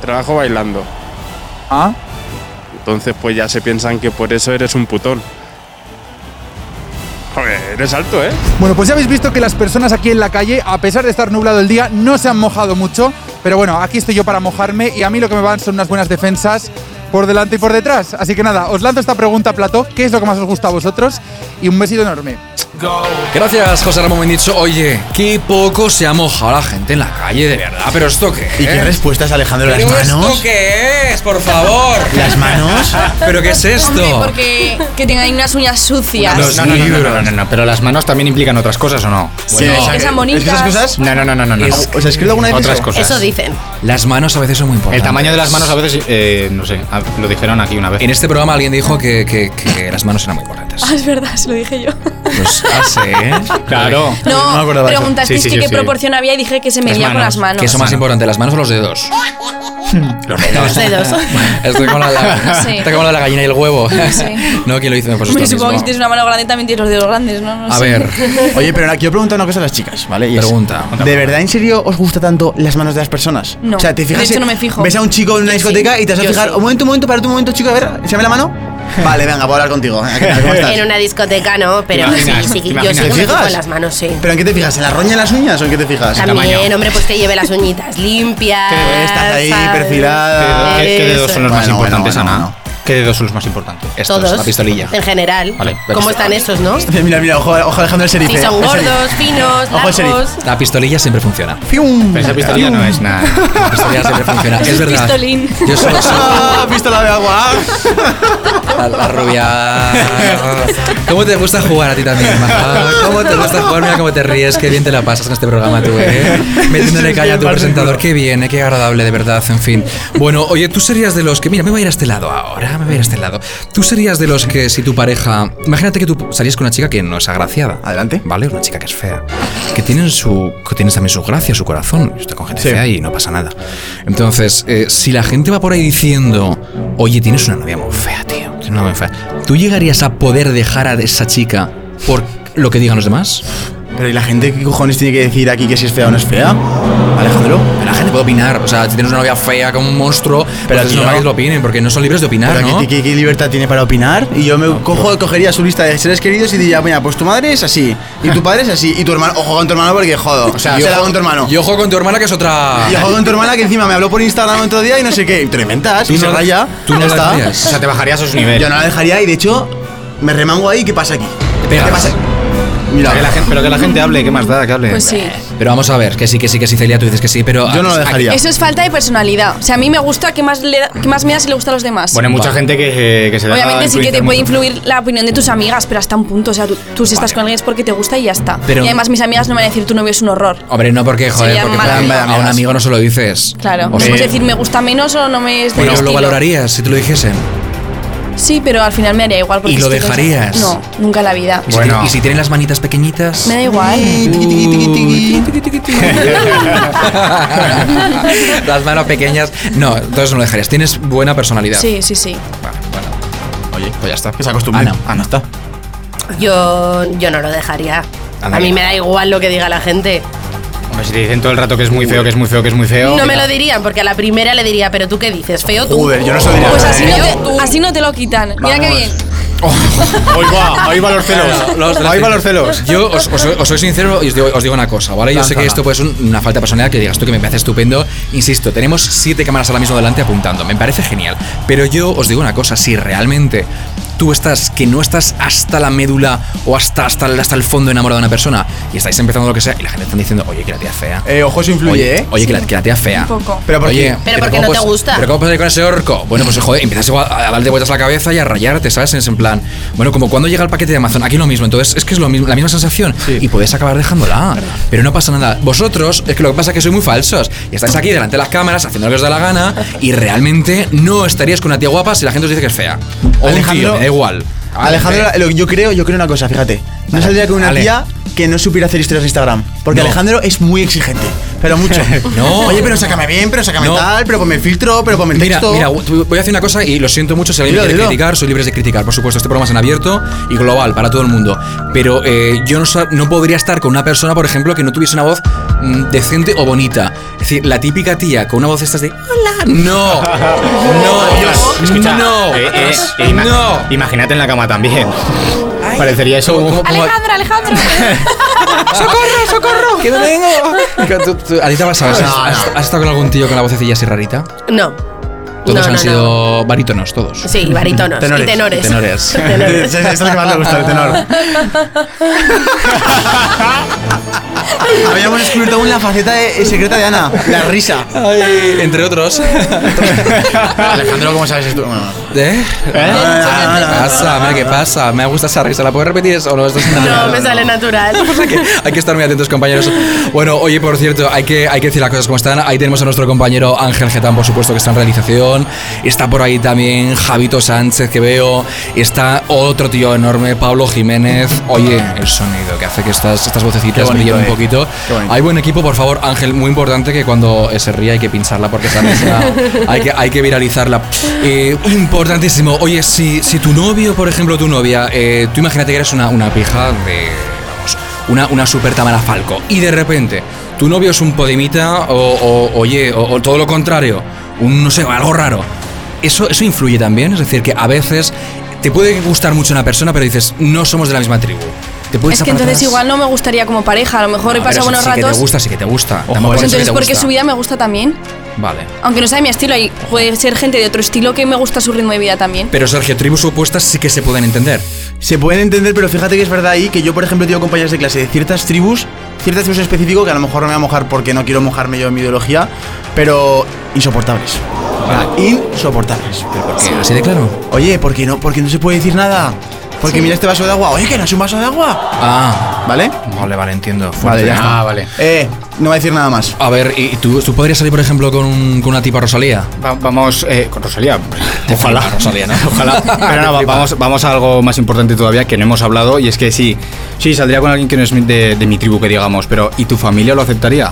Speaker 4: Trabajo bailando.
Speaker 13: Ah.
Speaker 4: Entonces pues ya se piensan que por eso eres un putón. Joder, eres alto, ¿eh?
Speaker 13: Bueno, pues ya habéis visto que las personas aquí en la calle, a pesar de estar nublado el día, no se han mojado mucho. Pero bueno, aquí estoy yo para mojarme y a mí lo que me van son unas buenas defensas por delante y por detrás. Así que nada, os lanzo esta pregunta, Plató, ¿qué es lo que más os gusta a vosotros? Y un besito enorme.
Speaker 9: Gracias, José Ramón Bendicho. Oye, qué poco se ha mojado la gente en la calle, de verdad. Pero esto qué
Speaker 3: ¿Y qué
Speaker 9: es?
Speaker 3: respuestas, Alejandro? ¿Las
Speaker 9: ¿Pero
Speaker 3: manos?
Speaker 9: esto qué es? Por favor.
Speaker 3: ¿Las manos?
Speaker 9: ¿Pero qué es
Speaker 7: Hombre,
Speaker 9: esto?
Speaker 7: porque que tengáis unas uñas sucias.
Speaker 10: Los
Speaker 7: no,
Speaker 10: libros. No, no, no, no, pero las manos también implican otras cosas, ¿o no?
Speaker 7: Sí, Bueno, que sean bonitas.
Speaker 10: ¿Es que esas cosas? No, no, no, no. no, no.
Speaker 3: Es que- ¿Os escribe alguna vez
Speaker 10: Otras
Speaker 3: eso?
Speaker 10: cosas.
Speaker 2: Eso dicen.
Speaker 9: Las manos a veces son muy
Speaker 10: El
Speaker 9: importantes.
Speaker 10: tamaño de las manos a veces, eh, no sé, a- lo dijeron aquí una vez.
Speaker 9: En este programa alguien dijo que, que- que las manos eran muy importantes.
Speaker 7: [LAUGHS] Ah, [LAUGHS] es verdad, se lo dije yo.
Speaker 9: Pues así, ¿eh?
Speaker 10: Claro.
Speaker 7: No, preguntasteis
Speaker 9: Sí, sí,
Speaker 7: que qué
Speaker 9: sí.
Speaker 7: proporción había y dije que se medía con las manos.
Speaker 9: ¿Qué es lo más importante, las manos o los dedos? [LAUGHS] los dedos.
Speaker 7: Los dedos.
Speaker 9: [LAUGHS] Estoy como la,
Speaker 7: No sé.
Speaker 9: estoy como la de la gallina y el huevo.
Speaker 7: sé.
Speaker 9: [LAUGHS] no, ¿quién lo hizo? Pues
Speaker 7: Me supongo
Speaker 9: usted
Speaker 7: que si
Speaker 9: mismo.
Speaker 7: tienes una mano grande también tienes los dedos grandes, ¿no? No
Speaker 9: A
Speaker 7: sé.
Speaker 9: ver.
Speaker 3: [LAUGHS] Oye, pero quiero preguntar una cosa a las chicas, ¿vale? Y es,
Speaker 9: [LAUGHS] Pregunta.
Speaker 3: ¿De verdad en serio os gusta tanto las manos de las personas?
Speaker 7: No.
Speaker 3: O sea, te
Speaker 7: De
Speaker 3: fijas.
Speaker 7: hecho,
Speaker 3: en-
Speaker 7: no me fijo.
Speaker 3: Ves a un chico en una
Speaker 7: Yo
Speaker 3: discoteca
Speaker 7: sí.
Speaker 3: y te vas a
Speaker 7: Yo
Speaker 3: fijar.
Speaker 7: sí.
Speaker 3: Un momento, un momento, para un momento, chico, a ver, échame la mano. Vale, venga, voy a hablar contigo. ¿Qué tal? ¿Cómo estás?
Speaker 2: En una discoteca no, pero
Speaker 3: ¿Te
Speaker 2: sí,
Speaker 3: imaginas?
Speaker 2: sí,
Speaker 3: ¿Te
Speaker 2: yo
Speaker 3: imaginas?
Speaker 2: sí que
Speaker 3: ¿Te
Speaker 2: me
Speaker 3: fijas?
Speaker 2: fijo en las manos, sí.
Speaker 3: ¿Pero en qué te fijas? ¿En la roña y en las uñas o en qué te fijas?
Speaker 2: También, hombre, pues que lleve las uñitas limpias.
Speaker 3: Que estás ahí
Speaker 2: ¿sabes?
Speaker 3: perfilada.
Speaker 10: ¿Qué, qué dedos son los más
Speaker 3: Bueno, bueno,
Speaker 10: importantes,
Speaker 3: bueno,
Speaker 10: Ana? ¿Qué dedos son los más importantes?
Speaker 2: Todos. En general.
Speaker 10: Vale, la
Speaker 2: ¿Cómo
Speaker 10: pistola.
Speaker 2: están esos, no?
Speaker 3: Mira, mira, ojo, ojo Alejandro el
Speaker 2: Si
Speaker 3: Serife.
Speaker 2: son
Speaker 3: el Serife.
Speaker 2: gordos, finos,
Speaker 3: Ojo el sheriff.
Speaker 2: largos.
Speaker 9: La pistolilla siempre funciona.
Speaker 3: Fium.
Speaker 10: Pero esa pistolilla no es nada.
Speaker 9: La pistolilla siempre funciona.
Speaker 7: [LAUGHS]
Speaker 9: Es verdad.
Speaker 7: Pistolín.
Speaker 9: Yo solo soy
Speaker 3: Ah, pistola de agua.
Speaker 9: la, la rubia. ¿Cómo te gusta jugar a ti también, Maja? ¿Cómo te gusta jugar? Mira cómo te ríes, qué bien te la pasas en este programa tú, ¿eh? Metiéndole calle a tu presentador. Qué bien, ¿eh? qué agradable, de verdad, en fin. Bueno, oye, tú serías de los que... Mira, me voy a ir a este lado ahora, me voy a ir a este lado. Tú serías de los que si tu pareja... Imagínate que tú salías con una chica que no es agraciada. Adelante. ¿Vale? Una chica que es fea. Que tiene, su, que tiene también su gracia, su corazón. Yo estoy con gente fea y no pasa nada. Entonces, eh, si la gente va por ahí diciendo... Oye, tienes una novia muy fea, tío. Tienes una novia muy fea. ¿Tú llegarías a poder dejar a esa chica por lo que digan los demás?
Speaker 3: Pero ¿y la gente qué cojones tiene que decir aquí que si es fea o no es fea? Alejandro.
Speaker 9: La gente puede opinar, o sea, si tienes una novia fea como un monstruo, pero
Speaker 3: aquí
Speaker 9: es normal
Speaker 3: no.
Speaker 9: que lo opinen, porque no son libres de opinar,
Speaker 3: Pero
Speaker 9: ¿no?
Speaker 3: ¿qué, qué- qué libertad tiene para opinar? Y yo me cojo, cogería su lista de seres queridos y diría, mira, pues tu madre es así, y tu padre es así, y tu hermano, ojo con tu hermano porque jodo, o sea,
Speaker 9: y
Speaker 3: se la
Speaker 9: ojo-
Speaker 3: hago con tu hermano.
Speaker 9: Y ojo con tu hermana que es otra.
Speaker 3: Y ojo con tu hermana que encima me habló por Instagram otro día y no sé qué, y trementas,
Speaker 9: Tú
Speaker 3: y se
Speaker 9: no-
Speaker 3: raya,
Speaker 9: tú no
Speaker 3: ya
Speaker 9: la
Speaker 3: está.
Speaker 9: dejarías. O sea, te bajarías a esos niveles.
Speaker 3: Yo no la dejaría y de hecho me remango ahí, ¿qué pasa aquí?
Speaker 9: Te pegas.
Speaker 3: Mira,
Speaker 10: Que la gente- pero que la gente hable, ¿qué más da que hable?
Speaker 7: Pues sí.
Speaker 9: Pero vamos a ver, que sí, que sí, que sí, Celia, tú dices que sí, pero.
Speaker 10: Yo no lo dejaría.
Speaker 7: Eso es falta de personalidad. O sea, a mí me gusta que más, le da- que más me da si le gusta a los demás.
Speaker 10: Bueno, hay mucha gente que, eh, que se deja
Speaker 7: Obviamente sí que te puede
Speaker 10: influenciar
Speaker 7: influir la opinión de tus amigas, pero hasta un punto. O sea, tú, tú si estás con alguien es porque te gusta y ya está.
Speaker 9: Pero- Oh,
Speaker 7: y además mis amigas no me van a decir tu novio es un horror.
Speaker 9: Hombre, no porque, joder,
Speaker 7: Sería
Speaker 9: porque
Speaker 7: mala
Speaker 9: claro,
Speaker 7: amiga.
Speaker 9: a un amigo no se lo dices.
Speaker 7: Claro.
Speaker 9: O
Speaker 7: Me
Speaker 9: sea,
Speaker 7: puedes decir me gusta menos o no me es de mi
Speaker 9: pero lo
Speaker 7: estilo.
Speaker 9: valorarías si te lo dijesen.
Speaker 7: Sí, pero al final me haría igual. Porque
Speaker 9: ¿Y lo
Speaker 7: estoy pensando-
Speaker 9: dejarías?
Speaker 7: No, nunca en la vida.
Speaker 9: Y si tiene- y si tienen las manitas pequeñitas.
Speaker 7: Me da igual.
Speaker 9: [LAUGHS] las manos pequeñas. No, entonces no lo dejarías. Tienes buena personalidad.
Speaker 7: Sí, sí, sí.
Speaker 9: Oye, pues ya está. Que se acostumbre. Ana,
Speaker 10: Ah,
Speaker 9: Ana
Speaker 3: Ah,
Speaker 9: está.
Speaker 2: Yo, yo no lo dejaría.
Speaker 10: Anda,
Speaker 2: a mí
Speaker 10: mira.
Speaker 2: me da igual lo que diga la gente.
Speaker 10: Hombre, si te dicen todo el rato que es muy feo, que es muy feo, que es muy feo.
Speaker 2: No me lo dirían, porque a la primera le diría, pero tú qué dices, feo tú.
Speaker 7: Eh,
Speaker 10: Joder, yo no se lo diría.
Speaker 2: Pues así no
Speaker 7: Así no te lo quitan. Mira qué bien.
Speaker 10: Hoy va, hoy va los celos. Ahí va los celos.
Speaker 9: Yo os, os- os soy sincero y os digo, os digo una cosa, ¿vale? Yo sé que
Speaker 10: Lánzala.
Speaker 9: esto puede ser un- una falta de personalidad que digas tú que me parece estupendo. Insisto, tenemos siete cámaras ahora mismo delante apuntando. Me parece genial. Pero yo os digo una cosa, si realmente tú estás, que no estás hasta la médula o hasta, hasta, el- hasta el fondo enamorado de una persona y estáis empezando lo que sea y la gente está diciendo, oye, que la tía fea.
Speaker 3: Eh, ojo, eso influye,
Speaker 9: Oye,
Speaker 3: ¿eh?
Speaker 9: oye, que, la, que la tía fea.
Speaker 2: Un poco.
Speaker 3: Pero ¿por
Speaker 9: Oye,
Speaker 3: qué? Pero porque
Speaker 9: ¿cómo
Speaker 2: no te
Speaker 9: puedes-
Speaker 2: gusta.
Speaker 9: Pero ¿cómo puedes ir con ese orco? Bueno, pues joder, empiezas igual a darle vueltas a la cabeza y a rayarte, ¿sabes? Es en plan, bueno, como cuando llega el paquete de Amazon, aquí lo mismo, entonces es que es lo mismo, la misma sensación y podéis acabar dejándola. Pero no pasa nada. Vosotros, es que lo que pasa es que sois muy falsos y estáis aquí delante de las cámaras haciendo lo que os da la gana y realmente no estaríais con una tía guapa si la gente os dice que es fea. O un tío,
Speaker 3: Alejandro-
Speaker 9: me da igual.
Speaker 3: Alejandro,
Speaker 9: eh.
Speaker 3: lo que yo creo, yo creo una cosa, fíjate. No saldría con una
Speaker 9: Ale.
Speaker 3: tía que no supiera hacer historias de Instagram. Porque
Speaker 9: No.
Speaker 3: Alejandro es muy exigente. Pero mucho.
Speaker 9: No.
Speaker 3: Oye, pero sácame bien, pero sácame
Speaker 9: No.
Speaker 3: tal, pero ponme filtro, pero ponme
Speaker 9: Mira,
Speaker 3: texto.
Speaker 9: mira, voy a hacer una cosa y lo siento mucho si alguien
Speaker 3: Dilo,
Speaker 9: me quiere
Speaker 3: dilo.
Speaker 9: criticar, soy libre de criticar, por supuesto, este programa es en abierto y global para todo el mundo. Pero eh, yo no, sa- no podría estar con una persona, por ejemplo, que no tuviese una voz mm, decente o bonita. Es decir, la típica tía con una voz de estas de hola. No,
Speaker 10: [LAUGHS]
Speaker 9: no,
Speaker 10: Escucha,
Speaker 9: no,
Speaker 10: eh, eh, eh, ima-
Speaker 9: no.
Speaker 10: Imagínate en la cama también. Parecería eso.
Speaker 17: Alejandro, Alejandro.
Speaker 9: [LAUGHS] ¡Socorro, socorro! ¡Que no tengo! ¿Tú, tú- a ti te ha pasado? ¿Has,
Speaker 2: No,
Speaker 9: has- has estado con algún tío con la vocecilla así rarita?
Speaker 2: No.
Speaker 9: Todos
Speaker 2: No,
Speaker 9: han
Speaker 2: no,
Speaker 9: sido barítonos, todos.
Speaker 2: Sí, barítonos. [LAUGHS] Y tenores.
Speaker 9: Mm, Tenores.
Speaker 2: Tenores.
Speaker 3: Es lo que más le gusta, el tenor. Habíamos descubierto aún la faceta de- eh, secreta de Ana, la
Speaker 10: [LAUGHS]
Speaker 3: risa.
Speaker 9: entre [LAUGHS] otros.
Speaker 3: Alejandro, ¿cómo sabes esto? Bueno,
Speaker 9: ¿Eh? ¿Qué pasa? Mira, ¿Qué pasa? Me gusta esa risa. ¿La puedes repetir eso? o no? Esto es
Speaker 2: No,
Speaker 9: una-
Speaker 2: me sale natural.
Speaker 9: [LAUGHS]
Speaker 10: [LAUGHS]
Speaker 9: Hay que estar muy atentos, compañeros. Bueno, oye, por cierto, hay que, hay que decir las cosas como están. Ahí tenemos a nuestro compañero Ángel Getán, por supuesto, que está en realización. Está por ahí también Javito Sánchez, que veo. Está otro tío enorme, Pablo Jiménez. Oye, el sonido que hace que estas, estas vocecitas
Speaker 3: Qué bonito,
Speaker 9: brillen un
Speaker 3: eh.
Speaker 9: poquito.
Speaker 3: Qué bonito.
Speaker 9: Hay buen equipo, por favor, Ángel. Muy importante que cuando eh, se ría hay que pincharla porque esa risa
Speaker 3: [LAUGHS]
Speaker 9: hay, que, hay que viralizarla. Eh, importantísimo. Oye, si, si tu novio, por ejemplo, tu novia, eh, tú imagínate que eres una, una pija de vamos, una, una super Tamara Falco. Y de repente, tu novio es un podemita o, o- oye, o, o todo lo contrario, un, no sé, algo raro. Eso, eso influye también, es decir, que a veces te puede gustar mucho una persona, pero dices, no somos de la misma tribu. Te puedes
Speaker 7: Es que
Speaker 9: echar para
Speaker 7: entonces
Speaker 9: atrás.
Speaker 7: igual no me gustaría como pareja, a lo mejor he
Speaker 9: Ah, pero
Speaker 7: pasado
Speaker 9: eso
Speaker 7: buenos
Speaker 9: sí que
Speaker 7: ratos.
Speaker 9: te gusta, sí que te gusta. Dame por
Speaker 7: Pues
Speaker 9: hecho que
Speaker 7: entonces
Speaker 9: te
Speaker 7: porque
Speaker 9: gusta.
Speaker 7: su vida me gusta también.
Speaker 9: Vale.
Speaker 7: Aunque no sea de mi estilo, ahí puede ser gente de otro estilo que me gusta su ritmo de vida también.
Speaker 9: Pero Sergio, tribus opuestas sí que se pueden entender.
Speaker 3: Se pueden entender, pero fíjate que es verdad ahí que yo, por ejemplo, tengo compañeros de clase de ciertas tribus, ciertas tribus específicas que a lo mejor no me voy a mojar porque no quiero mojarme yo en mi ideología, pero insoportables. Insoportables.
Speaker 9: qué? ¿Así de claro?
Speaker 3: Oye, ¿por qué no? Porque no se puede decir nada. Porque mira este vaso de agua. Oye, que no es un vaso de agua.
Speaker 9: Ah,
Speaker 3: ¿Vale?
Speaker 9: vale, vale, entiendo.
Speaker 3: Vale, ya está.
Speaker 9: Ah, vale.
Speaker 3: Eh, no va a decir nada más.
Speaker 9: A ver, ¿y tú, tú podrías salir, por ejemplo, con, un- con una tipa Rosalía?
Speaker 10: Va- vamos eh, con Rosalía. [LAUGHS] Ojalá.
Speaker 9: flipa Rosalía, ¿no?
Speaker 10: [LAUGHS] Ojalá. Pero no, va- vamos, vamos a algo más importante todavía que no hemos hablado y es que sí, sí, saldría con alguien que no es mi- de, de mi tribu, que digamos, pero ¿y tu familia lo aceptaría?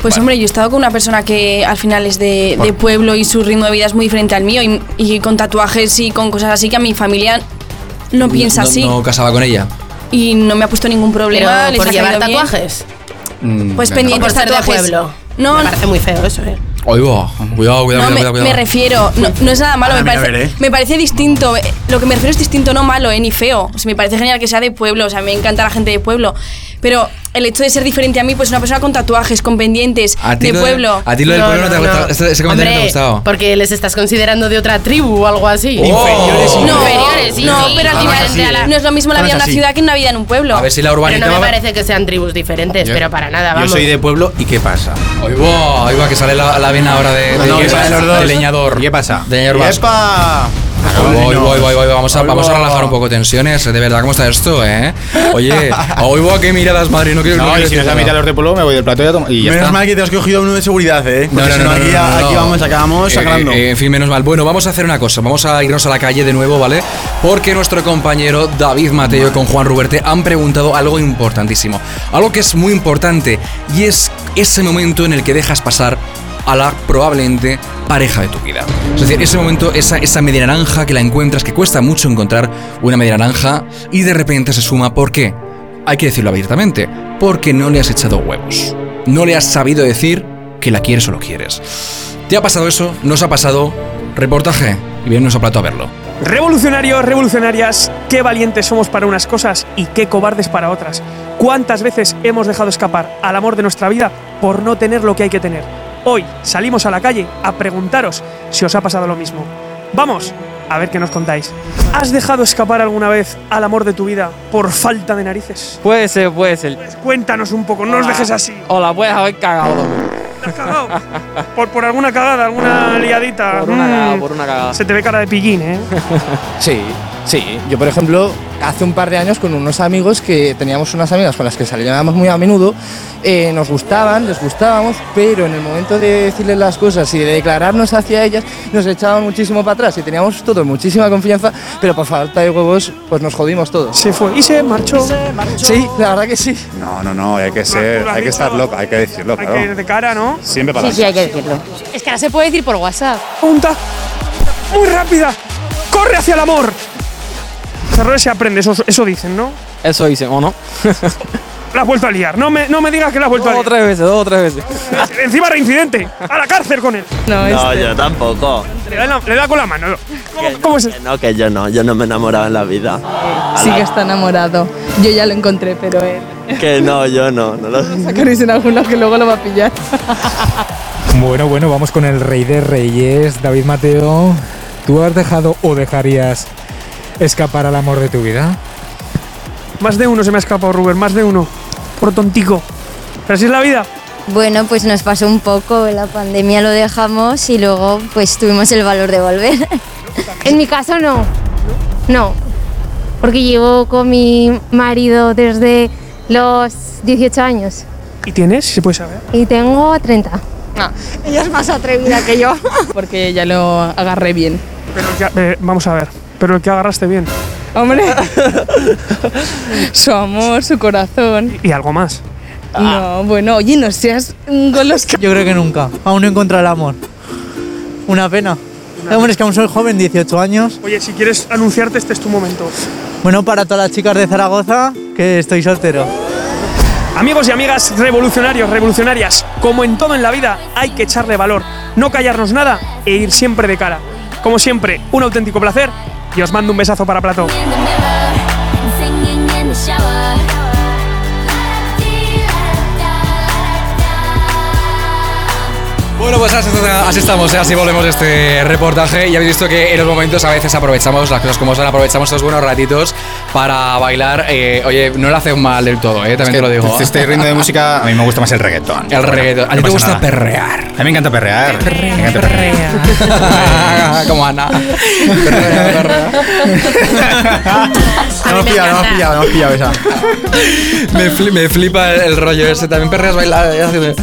Speaker 7: Pues hombre, yo he estado con una persona que al final es de, de pueblo y su ritmo de vida es muy diferente al mío y, y con tatuajes y con cosas así que a mi familia no piensa así
Speaker 9: No casaba con ella.
Speaker 7: y no me ha puesto ningún problema.
Speaker 2: Pero
Speaker 7: les
Speaker 2: por
Speaker 7: ha
Speaker 2: llevar
Speaker 7: caído bien.
Speaker 2: tatuajes.
Speaker 7: Pues
Speaker 9: Mm,
Speaker 7: pendiente
Speaker 2: Por ser de
Speaker 7: tatuajes.
Speaker 2: pueblo.
Speaker 7: No,
Speaker 2: me
Speaker 7: no.
Speaker 2: parece muy feo eso, eh.
Speaker 9: Oye, va. Cuidado, cuidado,
Speaker 7: No,
Speaker 9: cuidado,
Speaker 7: me,
Speaker 9: cuidado.
Speaker 7: me refiero, no, no es nada malo,
Speaker 9: Ahora
Speaker 7: me,
Speaker 9: mira,
Speaker 7: parece,
Speaker 9: a ver, eh.
Speaker 7: me parece distinto. eh, Lo que me refiero es distinto, no malo, eh, ni feo. O sea, me parece genial que sea de pueblo, o sea, me encanta la gente de pueblo. Pero el hecho de ser diferente a mí, pues una persona con tatuajes, con pendientes,
Speaker 9: A ti
Speaker 7: de
Speaker 9: lo de-
Speaker 7: pueblo.
Speaker 9: a ti lo del pueblo no te ha gustado, ese- ese comentario no te ha
Speaker 2: Hombre,
Speaker 9: gustado.
Speaker 2: Porque les estás Pues considerando de otra tribu o algo así.
Speaker 9: Oh. Inferiores,
Speaker 2: no,
Speaker 7: inferiores, sí,
Speaker 2: No,
Speaker 7: sí.
Speaker 2: pero al
Speaker 7: Además
Speaker 9: Ah,
Speaker 2: final
Speaker 7: así,
Speaker 2: entre la-
Speaker 7: ¿eh? No es lo mismo la vida en una
Speaker 10: Además así.
Speaker 7: ciudad que una vida en un pueblo.
Speaker 9: A ver si la
Speaker 2: Pero
Speaker 9: urbanita
Speaker 2: no me
Speaker 9: va-
Speaker 2: parece que sean tribus diferentes,
Speaker 10: Yo-
Speaker 2: pero para nada, vamos.
Speaker 10: Yo soy de pueblo y ¿qué pasa?
Speaker 9: Oye, va, oye, va, que sale la, la vena ahora de,
Speaker 10: No,
Speaker 9: de-
Speaker 10: no,
Speaker 9: de-
Speaker 10: que salen los dos.
Speaker 9: de leñador.
Speaker 10: ¿Qué pasa?
Speaker 9: De leñador vasco.
Speaker 3: ¡Epa!
Speaker 9: Voy,
Speaker 10: Vámonos.
Speaker 9: voy, voy, voy, Vamos, a,
Speaker 10: Ahí
Speaker 9: vamos a
Speaker 10: va.
Speaker 9: relajar un poco tensiones. De verdad, ¿cómo está esto, eh?
Speaker 3: [LAUGHS]
Speaker 9: Oye, hoy va, qué miradas, madre. No quiero
Speaker 10: No,
Speaker 9: quiero
Speaker 10: y si no
Speaker 9: decir
Speaker 10: se admite a
Speaker 9: nada.
Speaker 10: los de pueblo, me voy del plato y ya, tomo- y ya
Speaker 3: Menos
Speaker 10: está.
Speaker 3: mal que te has cogido uno de seguridad, eh. Porque si Ah. no, aquí, aquí vamos, acabamos
Speaker 9: Eh,
Speaker 3: sangrando.
Speaker 9: eh, en fin, menos mal. Bueno, vamos a hacer una cosa. Vamos a irnos a la calle de nuevo, ¿vale? Porque nuestro compañero David Mateo con Juan Ruberte han preguntado algo importantísimo. Algo que es muy importante. Y es ese momento en el que dejas pasar a la probablemente pareja de tu vida. Es decir, ese momento, esa, esa media naranja que la encuentras, que cuesta mucho encontrar una media naranja y de repente se suma. ¿Por qué? Hay que decirlo abiertamente. Porque no le has echado huevos. No le has sabido decir que la quieres o lo quieres. ¿Te ha pasado eso? ¿Nos ha pasado? Reportaje. Y bien, nos ha plato a verlo.
Speaker 10: Revolucionarios, revolucionarias, qué valientes somos para unas cosas y qué cobardes para otras. ¿Cuántas veces hemos dejado escapar al amor de nuestra vida por no tener lo que hay que tener? Hoy salimos a la calle a preguntaros si os ha pasado lo mismo. Vamos, a ver qué nos contáis. ¿Has dejado escapar alguna vez al amor de tu vida por falta de narices? Pues
Speaker 2: Puede ser, puede ser. Oh.
Speaker 10: Cuéntanos un poco, no nos
Speaker 2: Hola.
Speaker 10: dejes así.
Speaker 2: Hola, puedes haber cagado.
Speaker 10: ¿Te has cagado? Por, por alguna cagada, alguna liadita.
Speaker 2: Por una cagada,
Speaker 10: Mm.
Speaker 2: por una cagada.
Speaker 10: Se te ve cara de pillín, ¿eh?
Speaker 3: Sí, sí. Yo, por ejemplo, hace un par de años con unos amigos que teníamos unas amigas con las que salíamos muy a menudo, eh, nos gustaban, les gustábamos, pero en el momento de decirles las cosas y de declararnos hacia ellas, nos echaban muchísimo para atrás y teníamos todos muchísima confianza, pero por falta de huevos, pues nos jodimos todos.
Speaker 10: Se fue y se marchó.
Speaker 3: Sí, la verdad que sí.
Speaker 4: No, no, no, hay que ser, hay que estar loco, hay que decirlo, claro.
Speaker 10: que ir de cara, ¿no?
Speaker 4: Siempre para
Speaker 10: que decirlo.
Speaker 2: Es que ahora se puede decir por WhatsApp.
Speaker 10: Punta. Muy rápida. Corre hacia el amor. Los errores se aprende, eso, eso dicen, ¿no?
Speaker 2: Eso dicen, ¿o no?
Speaker 10: La has vuelto a liar. No me, no me digas que la has vuelto
Speaker 2: Dos o
Speaker 10: a
Speaker 2: tres veces, dos o tres veces.
Speaker 10: liar. Encima reincidente. A la cárcel con él.
Speaker 20: No, yo tampoco.
Speaker 10: Le da, la- le da con la mano. ¿Cómo, cómo es?
Speaker 20: No, que yo no, yo no me he enamorado en la vida.
Speaker 21: Sí que está enamorado. Yo ya lo encontré, pero él.
Speaker 20: Que no, yo no. no lo-
Speaker 21: Sacaréis en alguno que luego lo va a pillar.
Speaker 22: Bueno, bueno, vamos con el rey de reyes, David Mateo. ¿Tú has dejado o dejarías escapar al amor de tu vida?
Speaker 10: Más de uno se me ha escapado, Rubén. Más de uno. Por tontico. Pero así es la vida.
Speaker 1: Bueno, pues nos pasó un poco, la pandemia lo dejamos y luego pues tuvimos el valor de volver.
Speaker 23: En mi caso no. No. Porque llevo con mi marido desde los 18 años
Speaker 10: ¿Y tienes? Si puedes saber.
Speaker 23: y tengo 30. Ella es más atrevida que yo.
Speaker 21: Porque ya lo agarré bien.
Speaker 10: Pero el que- eh, vamos a ver. Pero el que agarraste bien.
Speaker 21: Hombre. su amor, su corazón.
Speaker 10: Y algo más.
Speaker 21: No, bueno, oye, no seas un golos.
Speaker 24: Yo creo que nunca. Aún no encuentro el amor. Una pena. Hombre, es que aún soy joven, 18 años.
Speaker 10: Oye, si quieres anunciarte, este es tu momento.
Speaker 24: Bueno, para todas las chicas de Zaragoza, que estoy soltero.
Speaker 10: Amigos y amigas revolucionarios, revolucionarias, como en todo en la vida, hay que echarle valor, no callarnos nada e ir siempre de cara. Como siempre, un auténtico placer y os mando un besazo para Platón.
Speaker 9: Bueno, pues así, así estamos, ¿eh? así volvemos de este reportaje. Y habéis visto que en los momentos a veces aprovechamos las cosas como son, aprovechamos estos buenos ratitos para bailar. Eh, oye, no lo haces mal del todo, ¿eh? también te lo digo.
Speaker 25: Este, este ritmo de música a mí me gusta más el reggaetón.
Speaker 10: [LAUGHS]
Speaker 9: El reggaetón. A ti te
Speaker 25: pasa
Speaker 9: gusta perrear.
Speaker 25: A
Speaker 9: [LAUGHS]
Speaker 25: mí me encanta perrear. Me encanta perrear.
Speaker 9: como Ana. [LAUGHS]
Speaker 26: No hemos pillado, no hemos
Speaker 25: Ah,
Speaker 26: pillado, no hemos pillado
Speaker 20: [LAUGHS]
Speaker 26: esa.
Speaker 9: me, fli- me flipa el, el rollo ese. También perreas ¿eh? bailar. y haces-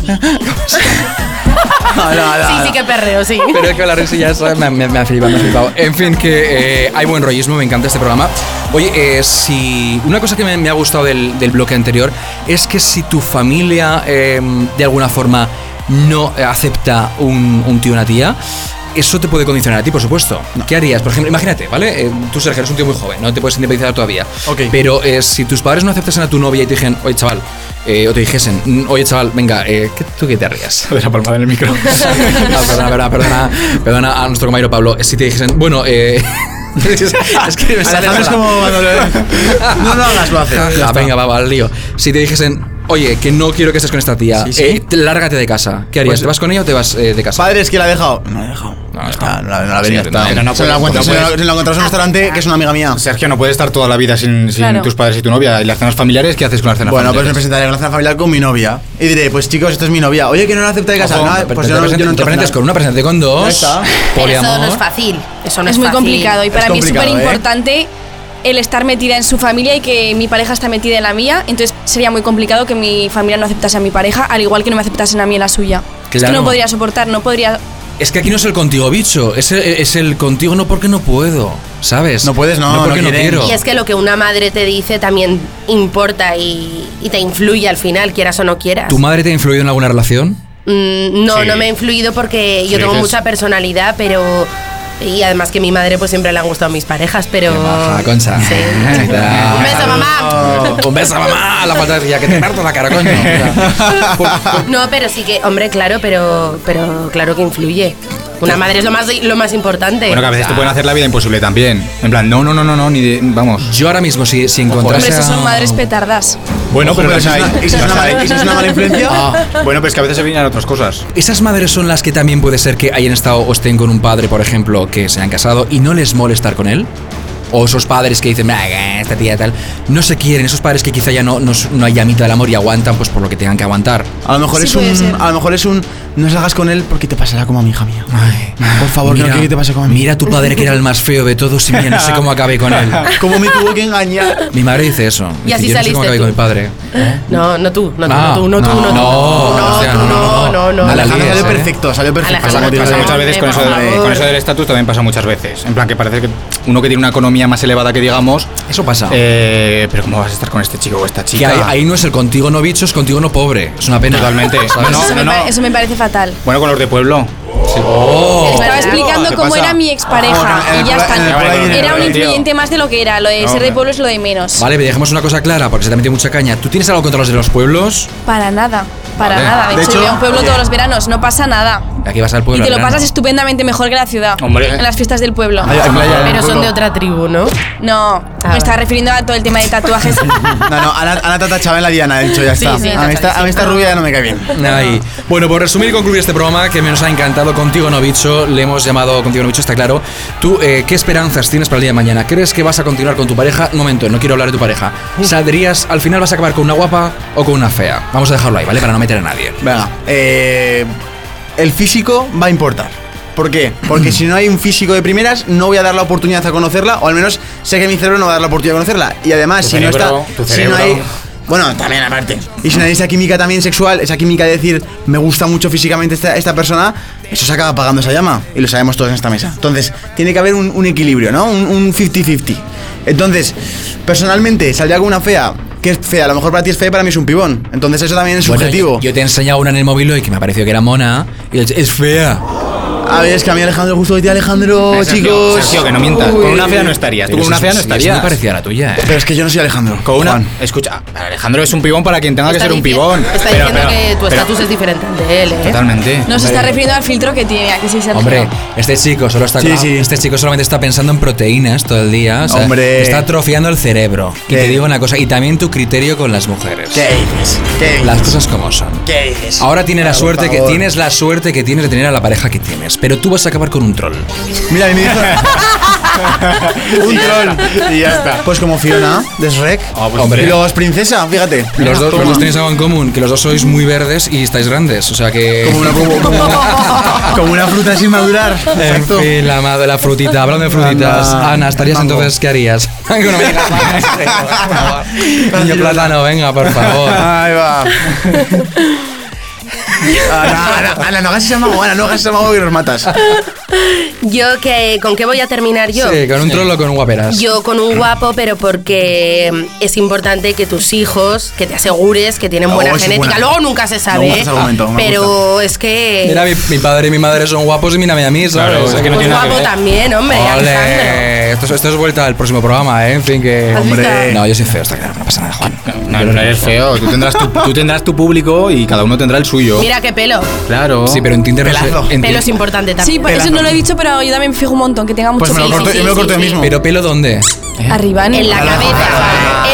Speaker 9: No, no, no,
Speaker 7: sí, sí
Speaker 9: no.
Speaker 7: que perreo, sí.
Speaker 9: [LAUGHS] Pero es que la risilla esa me, me, me ha flipado, me ha flipado. En fin, que eh, hay buen rollismo, me encanta este programa. Oye, eh, si una cosa que me, me ha gustado del, del bloque anterior es que si tu familia eh, de alguna forma no eh, acepta un, un tío o una tía, eso te puede condicionar a ti, por supuesto. ¿Qué harías? Por ejemplo, imagínate, ¿vale? Eh, tú, Sergio, eres un tío muy joven, no te puedes independizar todavía. Pero eh, si tus padres no aceptasen a tu novia y te dijeran, oye, chaval, eh, o te dijesen, "Mm, oye, chaval, venga, eh, ¿qué- ¿tú qué te harías? De la palmada en el micro. [LAUGHS] perdona, perdona, perdona, perdona a nuestro compañero Pablo. Eh, Si te dijesen, bueno, eh. [LAUGHS] es
Speaker 10: [LAUGHS]
Speaker 9: que me sale
Speaker 26: Alejandro es
Speaker 9: sola.
Speaker 26: como cuando le- eh. No lo hagas, lo hace.
Speaker 9: Ah,
Speaker 26: Ya está.
Speaker 9: venga, va, va, al lío. Si te dijesen, oye, que no quiero que estés con esta tía, eh, te- lárgate de casa. ¿Qué harías?
Speaker 26: Pues-
Speaker 9: ¿Te vas con ella o te vas eh, de casa? Padres, que la ha dejado?
Speaker 26: No he dejado.
Speaker 9: No, no, está,
Speaker 26: no la, no la venía,
Speaker 9: Sí,
Speaker 26: está.
Speaker 9: no, no, no
Speaker 26: se la
Speaker 9: puedes,
Speaker 26: encuentras-
Speaker 9: no
Speaker 26: se la-
Speaker 9: puedes.
Speaker 26: se la encontramos en un restaurante que es una amiga mía.
Speaker 25: Sergio, no puedes estar toda la vida sin, sin
Speaker 26: Claro.
Speaker 25: tus padres y tu novia. ¿Y las cenas familiares? ¿Qué haces con las cenas
Speaker 26: Bueno, pues me
Speaker 25: familiares?
Speaker 26: presentaré en la cena familiar con mi novia. Y diré, pues chicos, esto es mi novia. Oye, que no la acepta de casa.
Speaker 9: Ojo,
Speaker 26: No,
Speaker 9: te-
Speaker 26: pues
Speaker 9: te
Speaker 26: yo no,
Speaker 9: presentes-
Speaker 26: yo no
Speaker 9: te
Speaker 26: entro a
Speaker 9: presentes
Speaker 26: cenar.
Speaker 9: con una, presentate con dos.
Speaker 26: Ya está.
Speaker 7: Pero eso
Speaker 9: Poliamor.
Speaker 7: no es fácil. Eso no
Speaker 27: es
Speaker 7: es,
Speaker 27: muy
Speaker 7: fácil.
Speaker 27: complicado y para
Speaker 9: Es
Speaker 27: mí es súper
Speaker 9: complicado, ¿eh?
Speaker 27: importante el estar metida en su familia y que mi pareja está metida en la mía, entonces sería muy complicado que mi familia no aceptase a mi pareja, al igual que no me aceptasen a mí en la suya. Es que
Speaker 9: Claro.
Speaker 27: no podría soportar, no podría...
Speaker 9: Es que aquí no es el contigo bicho, es el, es el contigo no porque no puedo, ¿sabes? No puedes,
Speaker 26: no,
Speaker 9: no porque
Speaker 26: no
Speaker 9: no,
Speaker 26: quieren.
Speaker 9: quiero.
Speaker 7: Y es que lo que una madre te dice también importa y, y te influye al final, quieras o no quieras.
Speaker 9: ¿Tu madre te ha influido en alguna relación?
Speaker 7: Mm, no,
Speaker 9: Sí.
Speaker 7: no me ha influido porque
Speaker 9: Sí,
Speaker 7: yo tengo
Speaker 9: dices-
Speaker 7: mucha personalidad, pero... Y además que mi madre pues siempre le han gustado mis parejas, pero...
Speaker 9: Ah, Concha. [LAUGHS] Un beso, mamá. Un beso, mamá. La falta de ya que te parto la cara, coño. pues,
Speaker 2: [LAUGHS]
Speaker 7: No, pero sí que, hombre, claro, pero, pero claro que influye.
Speaker 2: Una madre es lo más, lo más importante.
Speaker 10: Bueno, que a veces te pueden hacer la vida imposible también. En plan, no, no, no, no, no, ni de- vamos.
Speaker 9: Yo ahora mismo, si, si
Speaker 7: Hombre,
Speaker 10: encontrase
Speaker 7: esas son
Speaker 10: a...
Speaker 7: madres petardas.
Speaker 10: Bueno,
Speaker 9: Ojo,
Speaker 10: pero
Speaker 9: pero
Speaker 10: las
Speaker 9: eso es
Speaker 10: hay.
Speaker 9: una- eso es
Speaker 10: Las
Speaker 9: una
Speaker 10: hay.
Speaker 9: mala- eso es una mala influencia.
Speaker 10: Ah, Bueno, pues que a veces se vienen otras cosas.
Speaker 9: Esas madres son las que también puede ser que hayan estado o estén con un padre, por ejemplo, que se han casado y no les molestar con él. O esos padres que dicen, "Ah, que esta tía tal, no se quieren. Esos padres que quizá ya no, no, no haya mitad del amor y aguantan pues por lo que tengan que aguantar.
Speaker 3: A lo mejor es un. A lo mejor es un. No salgas con él porque te pasará como a mi hija mía. Por favor, no quiero que te pase como a mí.
Speaker 9: mira a tu padre que era el más feo de todos y mira, no sé cómo acabé
Speaker 3: [LAUGHS]
Speaker 9: con él.
Speaker 3: ¿Cómo me tuvo
Speaker 26: [LAUGHS]
Speaker 3: que engañar?
Speaker 9: Mi madre dice eso.
Speaker 2: Y
Speaker 9: dice,
Speaker 2: así
Speaker 9: yo no sé cómo
Speaker 2: saliste
Speaker 9: acabé
Speaker 2: tú".
Speaker 9: con mi padre.
Speaker 2: No, no tú, no tú,
Speaker 9: Ah,
Speaker 2: no tú, no tú, no tú.
Speaker 9: no,
Speaker 2: no,
Speaker 9: hostia,
Speaker 2: tú, no,
Speaker 9: no,
Speaker 2: no, no.
Speaker 9: Alejandro
Speaker 10: líes,
Speaker 9: salió
Speaker 10: ¿eh?
Speaker 9: perfecto,
Speaker 3: salió
Speaker 9: perfecto.
Speaker 10: Pasa,
Speaker 2: Alejandro,
Speaker 10: pasa
Speaker 2: por
Speaker 10: muchas
Speaker 2: favor,
Speaker 10: veces con eso,
Speaker 2: por
Speaker 10: de-
Speaker 2: favor.
Speaker 10: con eso del estatus, también pasa muchas veces. En plan, que parece que uno que tiene una economía más elevada que digamos.
Speaker 9: Eso pasa.
Speaker 10: Eh, pero ¿cómo vas a estar con este chico o esta
Speaker 9: Que
Speaker 10: chica?
Speaker 9: ahí, ahí no es el contigo no bicho, es contigo no pobre. Es una pena.
Speaker 10: Totalmente.
Speaker 9: ¿sabes?
Speaker 10: No,
Speaker 7: eso, me
Speaker 10: no,
Speaker 7: pare-
Speaker 10: no.
Speaker 7: eso me parece fatal.
Speaker 10: Bueno, con los de pueblo.
Speaker 9: Oh.
Speaker 7: Estaba explicando
Speaker 10: ¿Qué
Speaker 7: cómo
Speaker 10: pasa?
Speaker 7: era mi expareja
Speaker 9: Ah, no,
Speaker 7: y ya
Speaker 9: eh,
Speaker 7: está.
Speaker 9: eh, vale, vale,
Speaker 7: Era un
Speaker 9: vale,
Speaker 7: influyente más de lo que era. Lo de
Speaker 9: No,
Speaker 7: ser de
Speaker 9: hombre.
Speaker 7: pueblo es lo de menos.
Speaker 9: Vale, pero dejemos una cosa clara, porque se te mete mucha caña. ¿Tú tienes algo contra los de los pueblos?
Speaker 7: Para nada, para
Speaker 9: Vale.
Speaker 7: nada. De,
Speaker 9: De
Speaker 7: hecho, yo
Speaker 9: hecho-
Speaker 7: voy a un pueblo
Speaker 9: Oye.
Speaker 7: todos los veranos, no pasa nada.
Speaker 9: Aquí vas al
Speaker 7: Y
Speaker 9: pueblo.
Speaker 7: te lo
Speaker 9: al verano.
Speaker 7: pasas estupendamente mejor que la ciudad.
Speaker 9: Hombre.
Speaker 7: En las fiestas del pueblo.
Speaker 9: Ay, ay, playa,
Speaker 2: Pero
Speaker 9: el
Speaker 2: son
Speaker 9: pueblo.
Speaker 2: de otra Ah, tribu, ¿no?
Speaker 7: No, me estaba refiriendo a todo el tema de tatuajes.
Speaker 3: No, no, Ana, Ana Tata Chabela Diana, he dicho, ya
Speaker 7: Sí,
Speaker 3: está.
Speaker 7: sí,
Speaker 3: a, mí esta, a mí esta rubia ya no me cae bien.
Speaker 9: Ahí. [LAUGHS] Bueno, por resumir y concluir este programa que me nos ha encantado contigo no bicho, le hemos llamado contigo no bicho, está claro. Tú, eh, ¿qué esperanzas tienes para el día de mañana? ¿Crees que vas a continuar con tu pareja? Un momento, no quiero hablar de tu pareja. ¿Saldrías, al final vas a acabar con una guapa o con una fea? Vamos a dejarlo ahí, ¿vale? Para no meter a nadie.
Speaker 3: Venga, eh, el físico va a importar. ¿Por qué? Porque si no hay un físico de primeras, no voy a dar la oportunidad a conocerla, o al menos sé que mi cerebro no va a dar la oportunidad a conocerla. Y además,
Speaker 10: Tu
Speaker 3: si no
Speaker 10: cerebro,
Speaker 3: está.
Speaker 10: tu
Speaker 3: si no
Speaker 10: cerebro.
Speaker 3: hay. Bueno, también aparte. Y si no hay esa química también sexual, esa química de decir, me gusta mucho físicamente esta, esta persona, eso se acaba apagando esa llama. Y lo sabemos todos en esta mesa. Entonces, tiene que haber un, un equilibrio, ¿no? Un un 50-50. Entonces, personalmente, saldría con una fea, que es fea, a lo mejor para ti es fea y para mí es un pibón. Entonces, eso también es
Speaker 9: Bueno,
Speaker 3: subjetivo.
Speaker 9: yo, yo te he enseñado una en el móvil y que me pareció que era mona. Y es- es fea.
Speaker 3: A ver, es que a mí Alejandro, justo de ti Alejandro, Oh, chicos.
Speaker 10: Sergio, que no mientas. Con
Speaker 3: Uy.
Speaker 10: una fea no estarías. Tú
Speaker 9: Pero
Speaker 10: con una
Speaker 9: si-
Speaker 10: fea no
Speaker 9: si- si
Speaker 10: estarías.
Speaker 9: es muy parecida a la tuya, ¿eh?
Speaker 3: Pero es que yo no soy Alejandro.
Speaker 10: Con una. Escucha, Alejandro es un pibón para quien tenga que
Speaker 2: Está
Speaker 10: ser un
Speaker 2: diciendo-
Speaker 10: pibón.
Speaker 2: Está
Speaker 10: Pero-
Speaker 2: diciendo
Speaker 10: pero-
Speaker 2: que tu
Speaker 10: pero-
Speaker 2: estatus es diferente al de él, ¿eh?
Speaker 10: Totalmente.
Speaker 7: No se está refiriendo al filtro que tiene, ¿a que sí, Sergio?
Speaker 9: Hombre, este chico solo está
Speaker 3: Sí, sí.
Speaker 9: este chico solamente está pensando en proteínas todo el día, o sea,
Speaker 3: Hombre.
Speaker 9: está atrofiando el cerebro. Y te digo una cosa, y también tu criterio con las mujeres.
Speaker 3: ¿Qué dices? ¿Qué dices?
Speaker 9: Las cosas como son.
Speaker 3: ¿Qué dices?
Speaker 9: Ahora tienes la
Speaker 3: Por
Speaker 9: suerte que
Speaker 3: favor.
Speaker 9: tienes la suerte que tienes de tener a la pareja que tienes, pero tú vas a acabar con un troll.
Speaker 3: Mira, a mí me dijo. un troll. [LAUGHS] Y ya está. Pues como Fiona, de Shrek.
Speaker 9: hombre.
Speaker 3: Y luego es princesa, fíjate.
Speaker 9: Los dos, los
Speaker 3: Toma.
Speaker 9: dos tenéis algo en común, que los dos sois muy verdes y estáis grandes, o sea que
Speaker 3: Como una, como, como una- como una fruta sin madurar.
Speaker 9: En
Speaker 3: Exacto.
Speaker 9: fin, la madre, la frutita, hablando de frutitas.
Speaker 3: Anda.
Speaker 9: Ana, ¿estarías
Speaker 3: Mango.
Speaker 9: entonces qué harías? [LAUGHS] Mango, no me digas mango, por
Speaker 3: [LAUGHS]
Speaker 9: favor. Niño plátano, venga, por favor.
Speaker 3: Ahí va. Ana, Ana, Ana, no hagas ese amago, Ana, no hagas ese amago que nos matas.
Speaker 2: Yo que, ¿con qué voy a terminar yo?
Speaker 9: Sí, con un troll o con guaperas.
Speaker 2: Yo con un guapo, pero porque mm, es importante que tus hijos, que te asegures que tienen
Speaker 9: Oh,
Speaker 2: buena
Speaker 9: eso es
Speaker 2: genética.
Speaker 9: buena.
Speaker 2: Luego nunca se
Speaker 9: Me
Speaker 2: sabe,
Speaker 9: gusta ese argumento,
Speaker 2: ¿eh?
Speaker 9: me
Speaker 2: pero es que
Speaker 9: Mira, mi, mi padre y mi madre son guapos y mírame a mí, ¿sabes?
Speaker 10: Claro, es que no
Speaker 2: pues
Speaker 10: tiene nada que
Speaker 2: guapo
Speaker 10: ver.
Speaker 2: también, hombre. Alejandro.
Speaker 9: Ole, esto, es- esto es vuelta al próximo programa, ¿eh? En fin, que.
Speaker 2: ¿Has visto?
Speaker 9: No, yo soy feo, está claro, no pasa nada, Juan.
Speaker 10: No, no eres feo. Tú tendrás, tu, tú tendrás tu público y cada uno tendrá el suyo.
Speaker 2: Mira qué pelo.
Speaker 10: Claro.
Speaker 9: Sí, pero en Tinder no sé-
Speaker 10: Pelazo.
Speaker 9: en
Speaker 2: Pelo
Speaker 9: Tinder-
Speaker 2: es importante
Speaker 7: Sí,
Speaker 2: también.
Speaker 7: pues eso no lo he dicho, pero yo también me fijo un montón, que tenga
Speaker 3: Pues
Speaker 7: mucho pelo. Sí, sí, sí, sí.
Speaker 9: ¿Pero pelo dónde?
Speaker 7: Arriba,
Speaker 2: En la cabeza.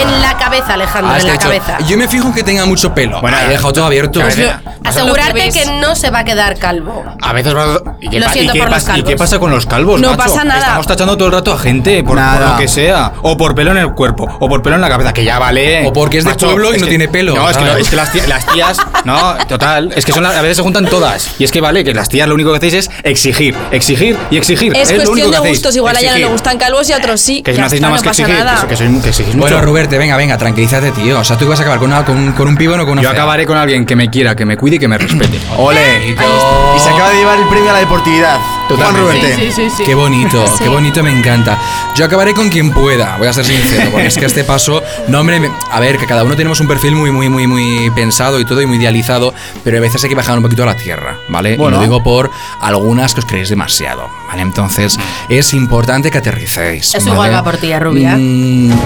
Speaker 2: En la cabeza, Alejandro,
Speaker 9: Ah,
Speaker 2: en
Speaker 9: este
Speaker 2: la
Speaker 9: hecho,
Speaker 2: cabeza.
Speaker 9: Yo me fijo en que tenga mucho pelo. Bueno, he dejado todo abierto.
Speaker 10: Pues yo-
Speaker 2: Asegurarte que no se va a quedar calvo.
Speaker 10: A veces vas. ¿Y qué,
Speaker 2: Lo
Speaker 10: pa-
Speaker 2: siento
Speaker 10: y qué
Speaker 2: por los
Speaker 10: pasa, y qué
Speaker 2: calvos.
Speaker 10: pasa con los calvos?
Speaker 2: No
Speaker 10: macho?
Speaker 2: pasa nada.
Speaker 10: Estamos tachando todo el rato a gente, por, por
Speaker 3: Nada.
Speaker 10: lo que sea. O por pelo en el cuerpo, o por pelo en la cabeza, que ya vale.
Speaker 9: O porque es de pueblo y no
Speaker 10: que-
Speaker 9: tiene pelo,
Speaker 10: No, es que,
Speaker 9: ¿sabes?
Speaker 10: lo- es que las, tías, las tías- No, total. Es que son las- a veces se juntan todas. Y es que vale, que las tías lo único que hacéis es exigir, exigir y exigir.
Speaker 7: Es,
Speaker 10: lo único
Speaker 7: cuestión
Speaker 10: que
Speaker 7: de
Speaker 10: hacéis,
Speaker 7: gustos, igual a ella no
Speaker 10: exigir.
Speaker 7: le gustan calvos y a otros sí.
Speaker 10: Que
Speaker 7: ya
Speaker 10: no hacéis
Speaker 7: está,
Speaker 10: nada más que
Speaker 7: pasa
Speaker 10: exigir. pues
Speaker 7: nada.
Speaker 10: Que, so- que sois- que exigís mucho.
Speaker 9: Bueno, Ruberte, venga, venga, tranquilízate, tío. O sea, tú ibas a acabar con, una- con, con un pibón o con una
Speaker 10: Yo
Speaker 9: fea.
Speaker 10: acabaré con alguien que me quiera, que me cuide y que me respete.
Speaker 3: Ole. Y se acaba de llevar el premio a la deportividad. Juan
Speaker 9: Totalmente.
Speaker 3: Ruberte.
Speaker 9: Qué
Speaker 7: [LAUGHS]
Speaker 9: bonito,
Speaker 3: Sí.
Speaker 9: qué bonito, me encanta. Yo acabaré con quien pueda, voy a ser sincero, porque es que a este paso, no hombre, me- a ver, que cada uno tenemos un perfil muy, muy, muy, muy pensado y todo y muy idealizado, pero a veces hay que bajar un poquito a la tierra, ¿vale?
Speaker 3: Bueno.
Speaker 9: Y lo digo por algunas que os creéis demasiado, ¿vale?
Speaker 3: Mm.
Speaker 9: Entonces, es importante que aterricéis.
Speaker 2: Eso
Speaker 9: ¿vale?
Speaker 2: igual va por ti, eh, rubia.
Speaker 9: Mm,
Speaker 3: [LAUGHS]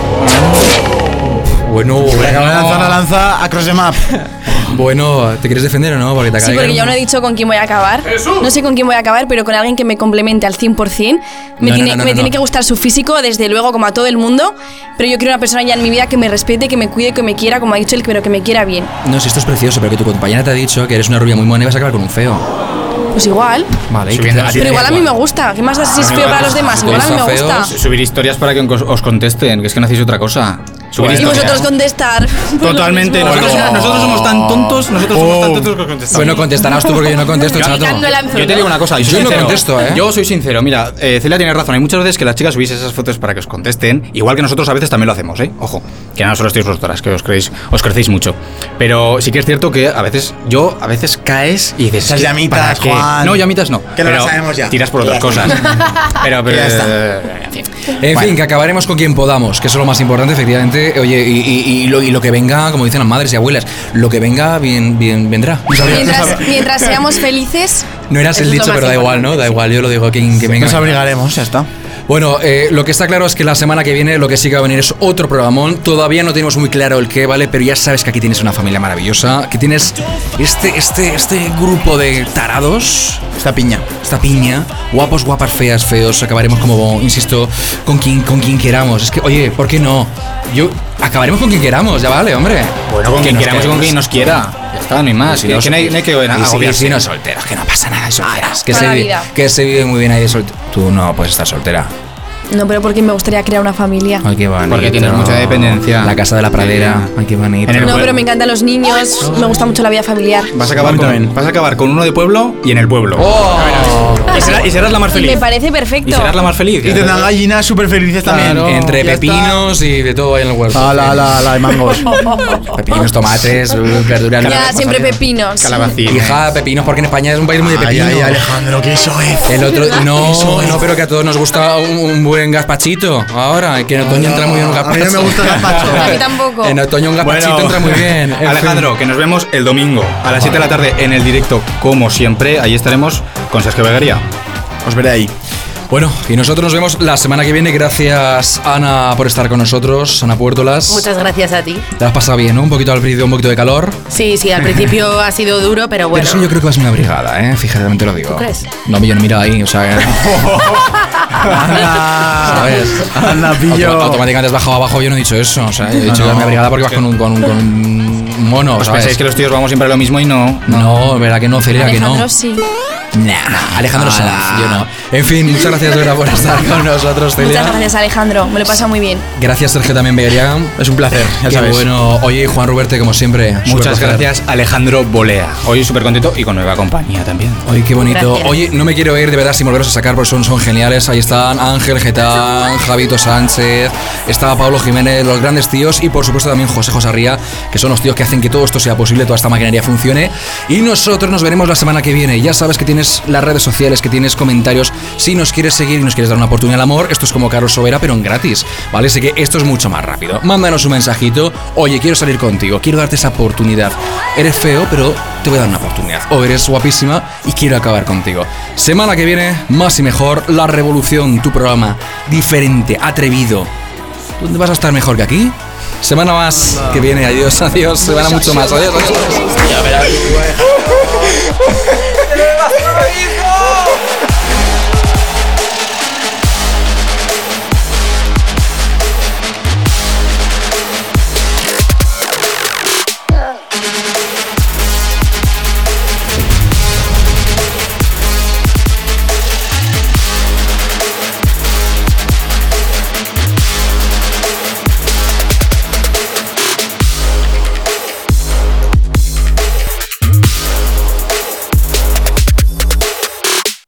Speaker 9: Bueno,
Speaker 3: Le acabo de lanzar la
Speaker 9: lanza across the map. bueno, ¿te quieres defender o no? Porque te acaba
Speaker 7: Sí,
Speaker 9: de
Speaker 7: porque
Speaker 9: caer
Speaker 7: yo no
Speaker 9: un-
Speaker 7: he dicho con quién voy a acabar. No sé con quién voy a acabar, pero con alguien que me complemente al 100%. Me,
Speaker 9: No, no,
Speaker 7: tiene,
Speaker 9: no, no,
Speaker 7: me
Speaker 9: no,
Speaker 7: tiene
Speaker 9: no.
Speaker 7: que gustar su físico, desde luego, como a todo el mundo. Pero yo quiero una persona ya en mi vida que me respete, que me cuide, que me quiera, como ha dicho él, pero que me quiera bien.
Speaker 9: No, si esto es precioso, pero que tu compañera te ha dicho que eres una rubia muy mona y vas a acabar con un feo.
Speaker 7: Pues igual.
Speaker 9: Vale, y
Speaker 10: Subiendo
Speaker 9: que-
Speaker 10: la
Speaker 7: Pero igual a mí me gusta. ¿Qué más da si es feo para los demás? Igual a mí me gusta.
Speaker 10: Subir historias para que os os contesten, que es que no hacéis otra cosa. Subir
Speaker 7: Y
Speaker 10: historias.
Speaker 7: vosotros contestar.
Speaker 10: Totalmente.
Speaker 7: Por lo
Speaker 10: Nosotros,
Speaker 7: mismo.
Speaker 10: nosotros somos tan tontos, nosotros somos tan tontos que contestamos.
Speaker 9: Bueno, contestarás tú porque yo no contesto, chato.
Speaker 10: Yo te digo una cosa,
Speaker 9: yo
Speaker 10: soy
Speaker 9: no
Speaker 10: sincero.
Speaker 9: contesto, ¿eh?
Speaker 10: Yo soy sincero, mira, eh, Celia tiene razón. Hay muchas veces que las chicas subís esas fotos para que os contesten, igual que nosotros a veces también lo hacemos, ¿eh? Ojo, que no solo estáis vosotras, que os creéis, os crecéis mucho. Pero sí que es cierto que a veces, yo, a veces caes y dices.
Speaker 3: Esas
Speaker 10: "¿Qué-
Speaker 3: llamitas,
Speaker 10: para qué?".
Speaker 3: Juan.
Speaker 10: No, llamitas no.
Speaker 3: Que no
Speaker 10: pero
Speaker 3: las sabemos ya.
Speaker 10: Tiras por
Speaker 3: Que
Speaker 10: otras
Speaker 3: ya [LAUGHS]
Speaker 10: cosas. pero,
Speaker 9: Que
Speaker 10: pero.
Speaker 9: ya está.
Speaker 10: eh, en fin.
Speaker 9: En
Speaker 10: Bueno.
Speaker 9: fin, que acabaremos con quien podamos, que eso es lo más importante, efectivamente. Oye, y, y- y lo, y lo que venga, como dicen las madres y abuelas, lo que venga, bien, bien vendrá.
Speaker 7: Mientras, mientras
Speaker 9: [LAUGHS]
Speaker 7: seamos felices.
Speaker 9: No eras
Speaker 7: Eso
Speaker 9: el
Speaker 7: es lo
Speaker 9: dicho,
Speaker 7: más
Speaker 9: pero da igual, ¿no? Da igual, yo lo digo quien, quien venga.
Speaker 3: Nos
Speaker 9: abrigaremos,
Speaker 3: ya está.
Speaker 9: Bueno, eh, lo que está claro es que la semana que viene lo que sí que va a venir es otro programón. Todavía no tenemos muy claro el qué, ¿vale? Pero ya sabes que aquí tienes una familia maravillosa, que tienes este, este, este grupo de tarados. Esta piña. Esta piña. Guapos, guapas, feas, feos. Acabaremos como, insisto, con quien, con quien queramos. Es que, oye, ¿por qué no? Yo, acabaremos con quien queramos, ya vale, hombre.
Speaker 10: Bueno, con
Speaker 9: Que
Speaker 10: quien
Speaker 9: nos
Speaker 10: queramos y
Speaker 9: queremos.
Speaker 10: con quien nos quiera. Ya está, no hay más.
Speaker 9: Y
Speaker 10: que,
Speaker 9: nos-
Speaker 10: que no hay, no hay que
Speaker 9: y si-
Speaker 10: agobiarse.
Speaker 9: y si no solteros, que no pasa nada, de solteras. Que
Speaker 7: Toda
Speaker 9: se,
Speaker 7: la
Speaker 9: vive,
Speaker 7: vida.
Speaker 9: que se vive muy bien ahí de soltera. Tú no puedes estar soltera.
Speaker 7: No, pero porque me gustaría crear una familia.
Speaker 9: Ay, qué bonito.
Speaker 10: Porque tienes mucha dependencia.
Speaker 9: La casa de la pradera. Ay, qué bonito.
Speaker 7: No, pero me encantan los niños, me gusta mucho la vida familiar.
Speaker 10: Vas a, acabar con, vas a acabar con uno de pueblo y en el pueblo.
Speaker 9: Oh,
Speaker 10: Ya verás. Y, será- y serás la más
Speaker 7: Y
Speaker 10: feliz.
Speaker 7: me parece perfecto.
Speaker 10: Y serás la más feliz.
Speaker 3: Y tendrán gallinas súper felices también.
Speaker 9: Entre pepinos y de todo ahí en el huerto.
Speaker 3: Ala, ala, ala, de mangos.
Speaker 9: Pepinos, tomates, uh, verduras.
Speaker 7: Ya, siempre pepinos.
Speaker 10: ¿eh?
Speaker 9: Hija, pepinos, porque en España es un país muy de pepinos.
Speaker 3: ay, [LAUGHS] Alejandro, que eso es.
Speaker 9: El otro, no,
Speaker 3: Eso es.
Speaker 9: no, pero que a todos nos gusta un, un buen gazpachito. Ahora, que en otoño entra muy bien un
Speaker 3: a mí no
Speaker 9: gazpacho.
Speaker 3: me gusta el gazpacho.
Speaker 7: A mí tampoco.
Speaker 9: En otoño un gazpachito entra muy
Speaker 10: [LAUGHS]
Speaker 9: bien. En fin.
Speaker 10: Alejandro, que nos vemos el domingo a las 7 de la tarde en el directo, como siempre. Ahí estaremos con Sergio Vegaría.
Speaker 9: Os veré ahí. Bueno, y nosotros nos vemos la semana que viene. Gracias, Ana, por estar con nosotros. Ana Puertolas.
Speaker 2: Muchas gracias a ti.
Speaker 9: Te has pasado bien, ¿no? Un poquito al principio, un poquito de calor.
Speaker 2: Sí, sí, al principio ha sido duro, pero
Speaker 9: Pero
Speaker 2: bueno.
Speaker 9: eso yo creo [LAUGHS] que va a ser una brigada, ¿eh? Fíjate, también te lo digo.
Speaker 2: ¿Tú crees?
Speaker 9: No, yo no mira ahí, o sea... ¿Sabes?
Speaker 3: Anda, pillo.
Speaker 9: Auto- automáticamente has bajado abajo, yo no he dicho eso. O sea, he dicho que es una brigada porque vas con un, con un, con un mono,
Speaker 10: Os
Speaker 9: ¿sabes?
Speaker 10: pensáis que los tíos vamos siempre a lo mismo y no.
Speaker 9: No, verdad que no, Celia, que no.
Speaker 7: Alejandro, sí.
Speaker 9: Nah, Alejandro
Speaker 10: Ala.
Speaker 9: Sanz, yo no. En fin, muchas gracias, Vera, por estar con nosotros, Celia.
Speaker 7: Muchas gracias, Alejandro. Me lo he pasado muy bien.
Speaker 9: Gracias, Sergio, también, Beguería. Es un placer,
Speaker 10: ya
Speaker 9: Qué
Speaker 10: sabes.
Speaker 9: bueno. Oye, Juan Ruberte, como siempre.
Speaker 10: Muchas
Speaker 9: superplacer.
Speaker 10: gracias, Alejandro Bolea. Hoy súper contento y con nueva compañía también.
Speaker 9: Oye, qué bonito.
Speaker 10: Gracias.
Speaker 9: Oye, no me quiero ir de verdad sin volveros a sacar porque son, son geniales. Ahí están Ángel Getán, Javito Sánchez, está Pablo Jiménez, los grandes tíos y por supuesto también José Josarría, que son los tíos que hacen que todo esto sea posible, toda esta maquinaria funcione. Y nosotros nos veremos la semana que viene. Ya sabes que tienes las redes sociales, que tienes comentarios. Si nos quieres seguir y nos quieres dar una oportunidad al amor, esto es como Carlos Sobera, pero en gratis. ¿Vale? Sé que esto es mucho más rápido. Mándanos un mensajito. Oye, quiero salir contigo, quiero darte esa oportunidad. Eres feo, pero te voy a dar una oportunidad. O eres guapísima y quiero acabar contigo. Semana que viene, más y mejor, La Revolución, tu programa diferente, atrevido. ¿Dónde vas a estar mejor que aquí? Semana más que viene, adiós, adiós, semana mucho más, adiós, adiós.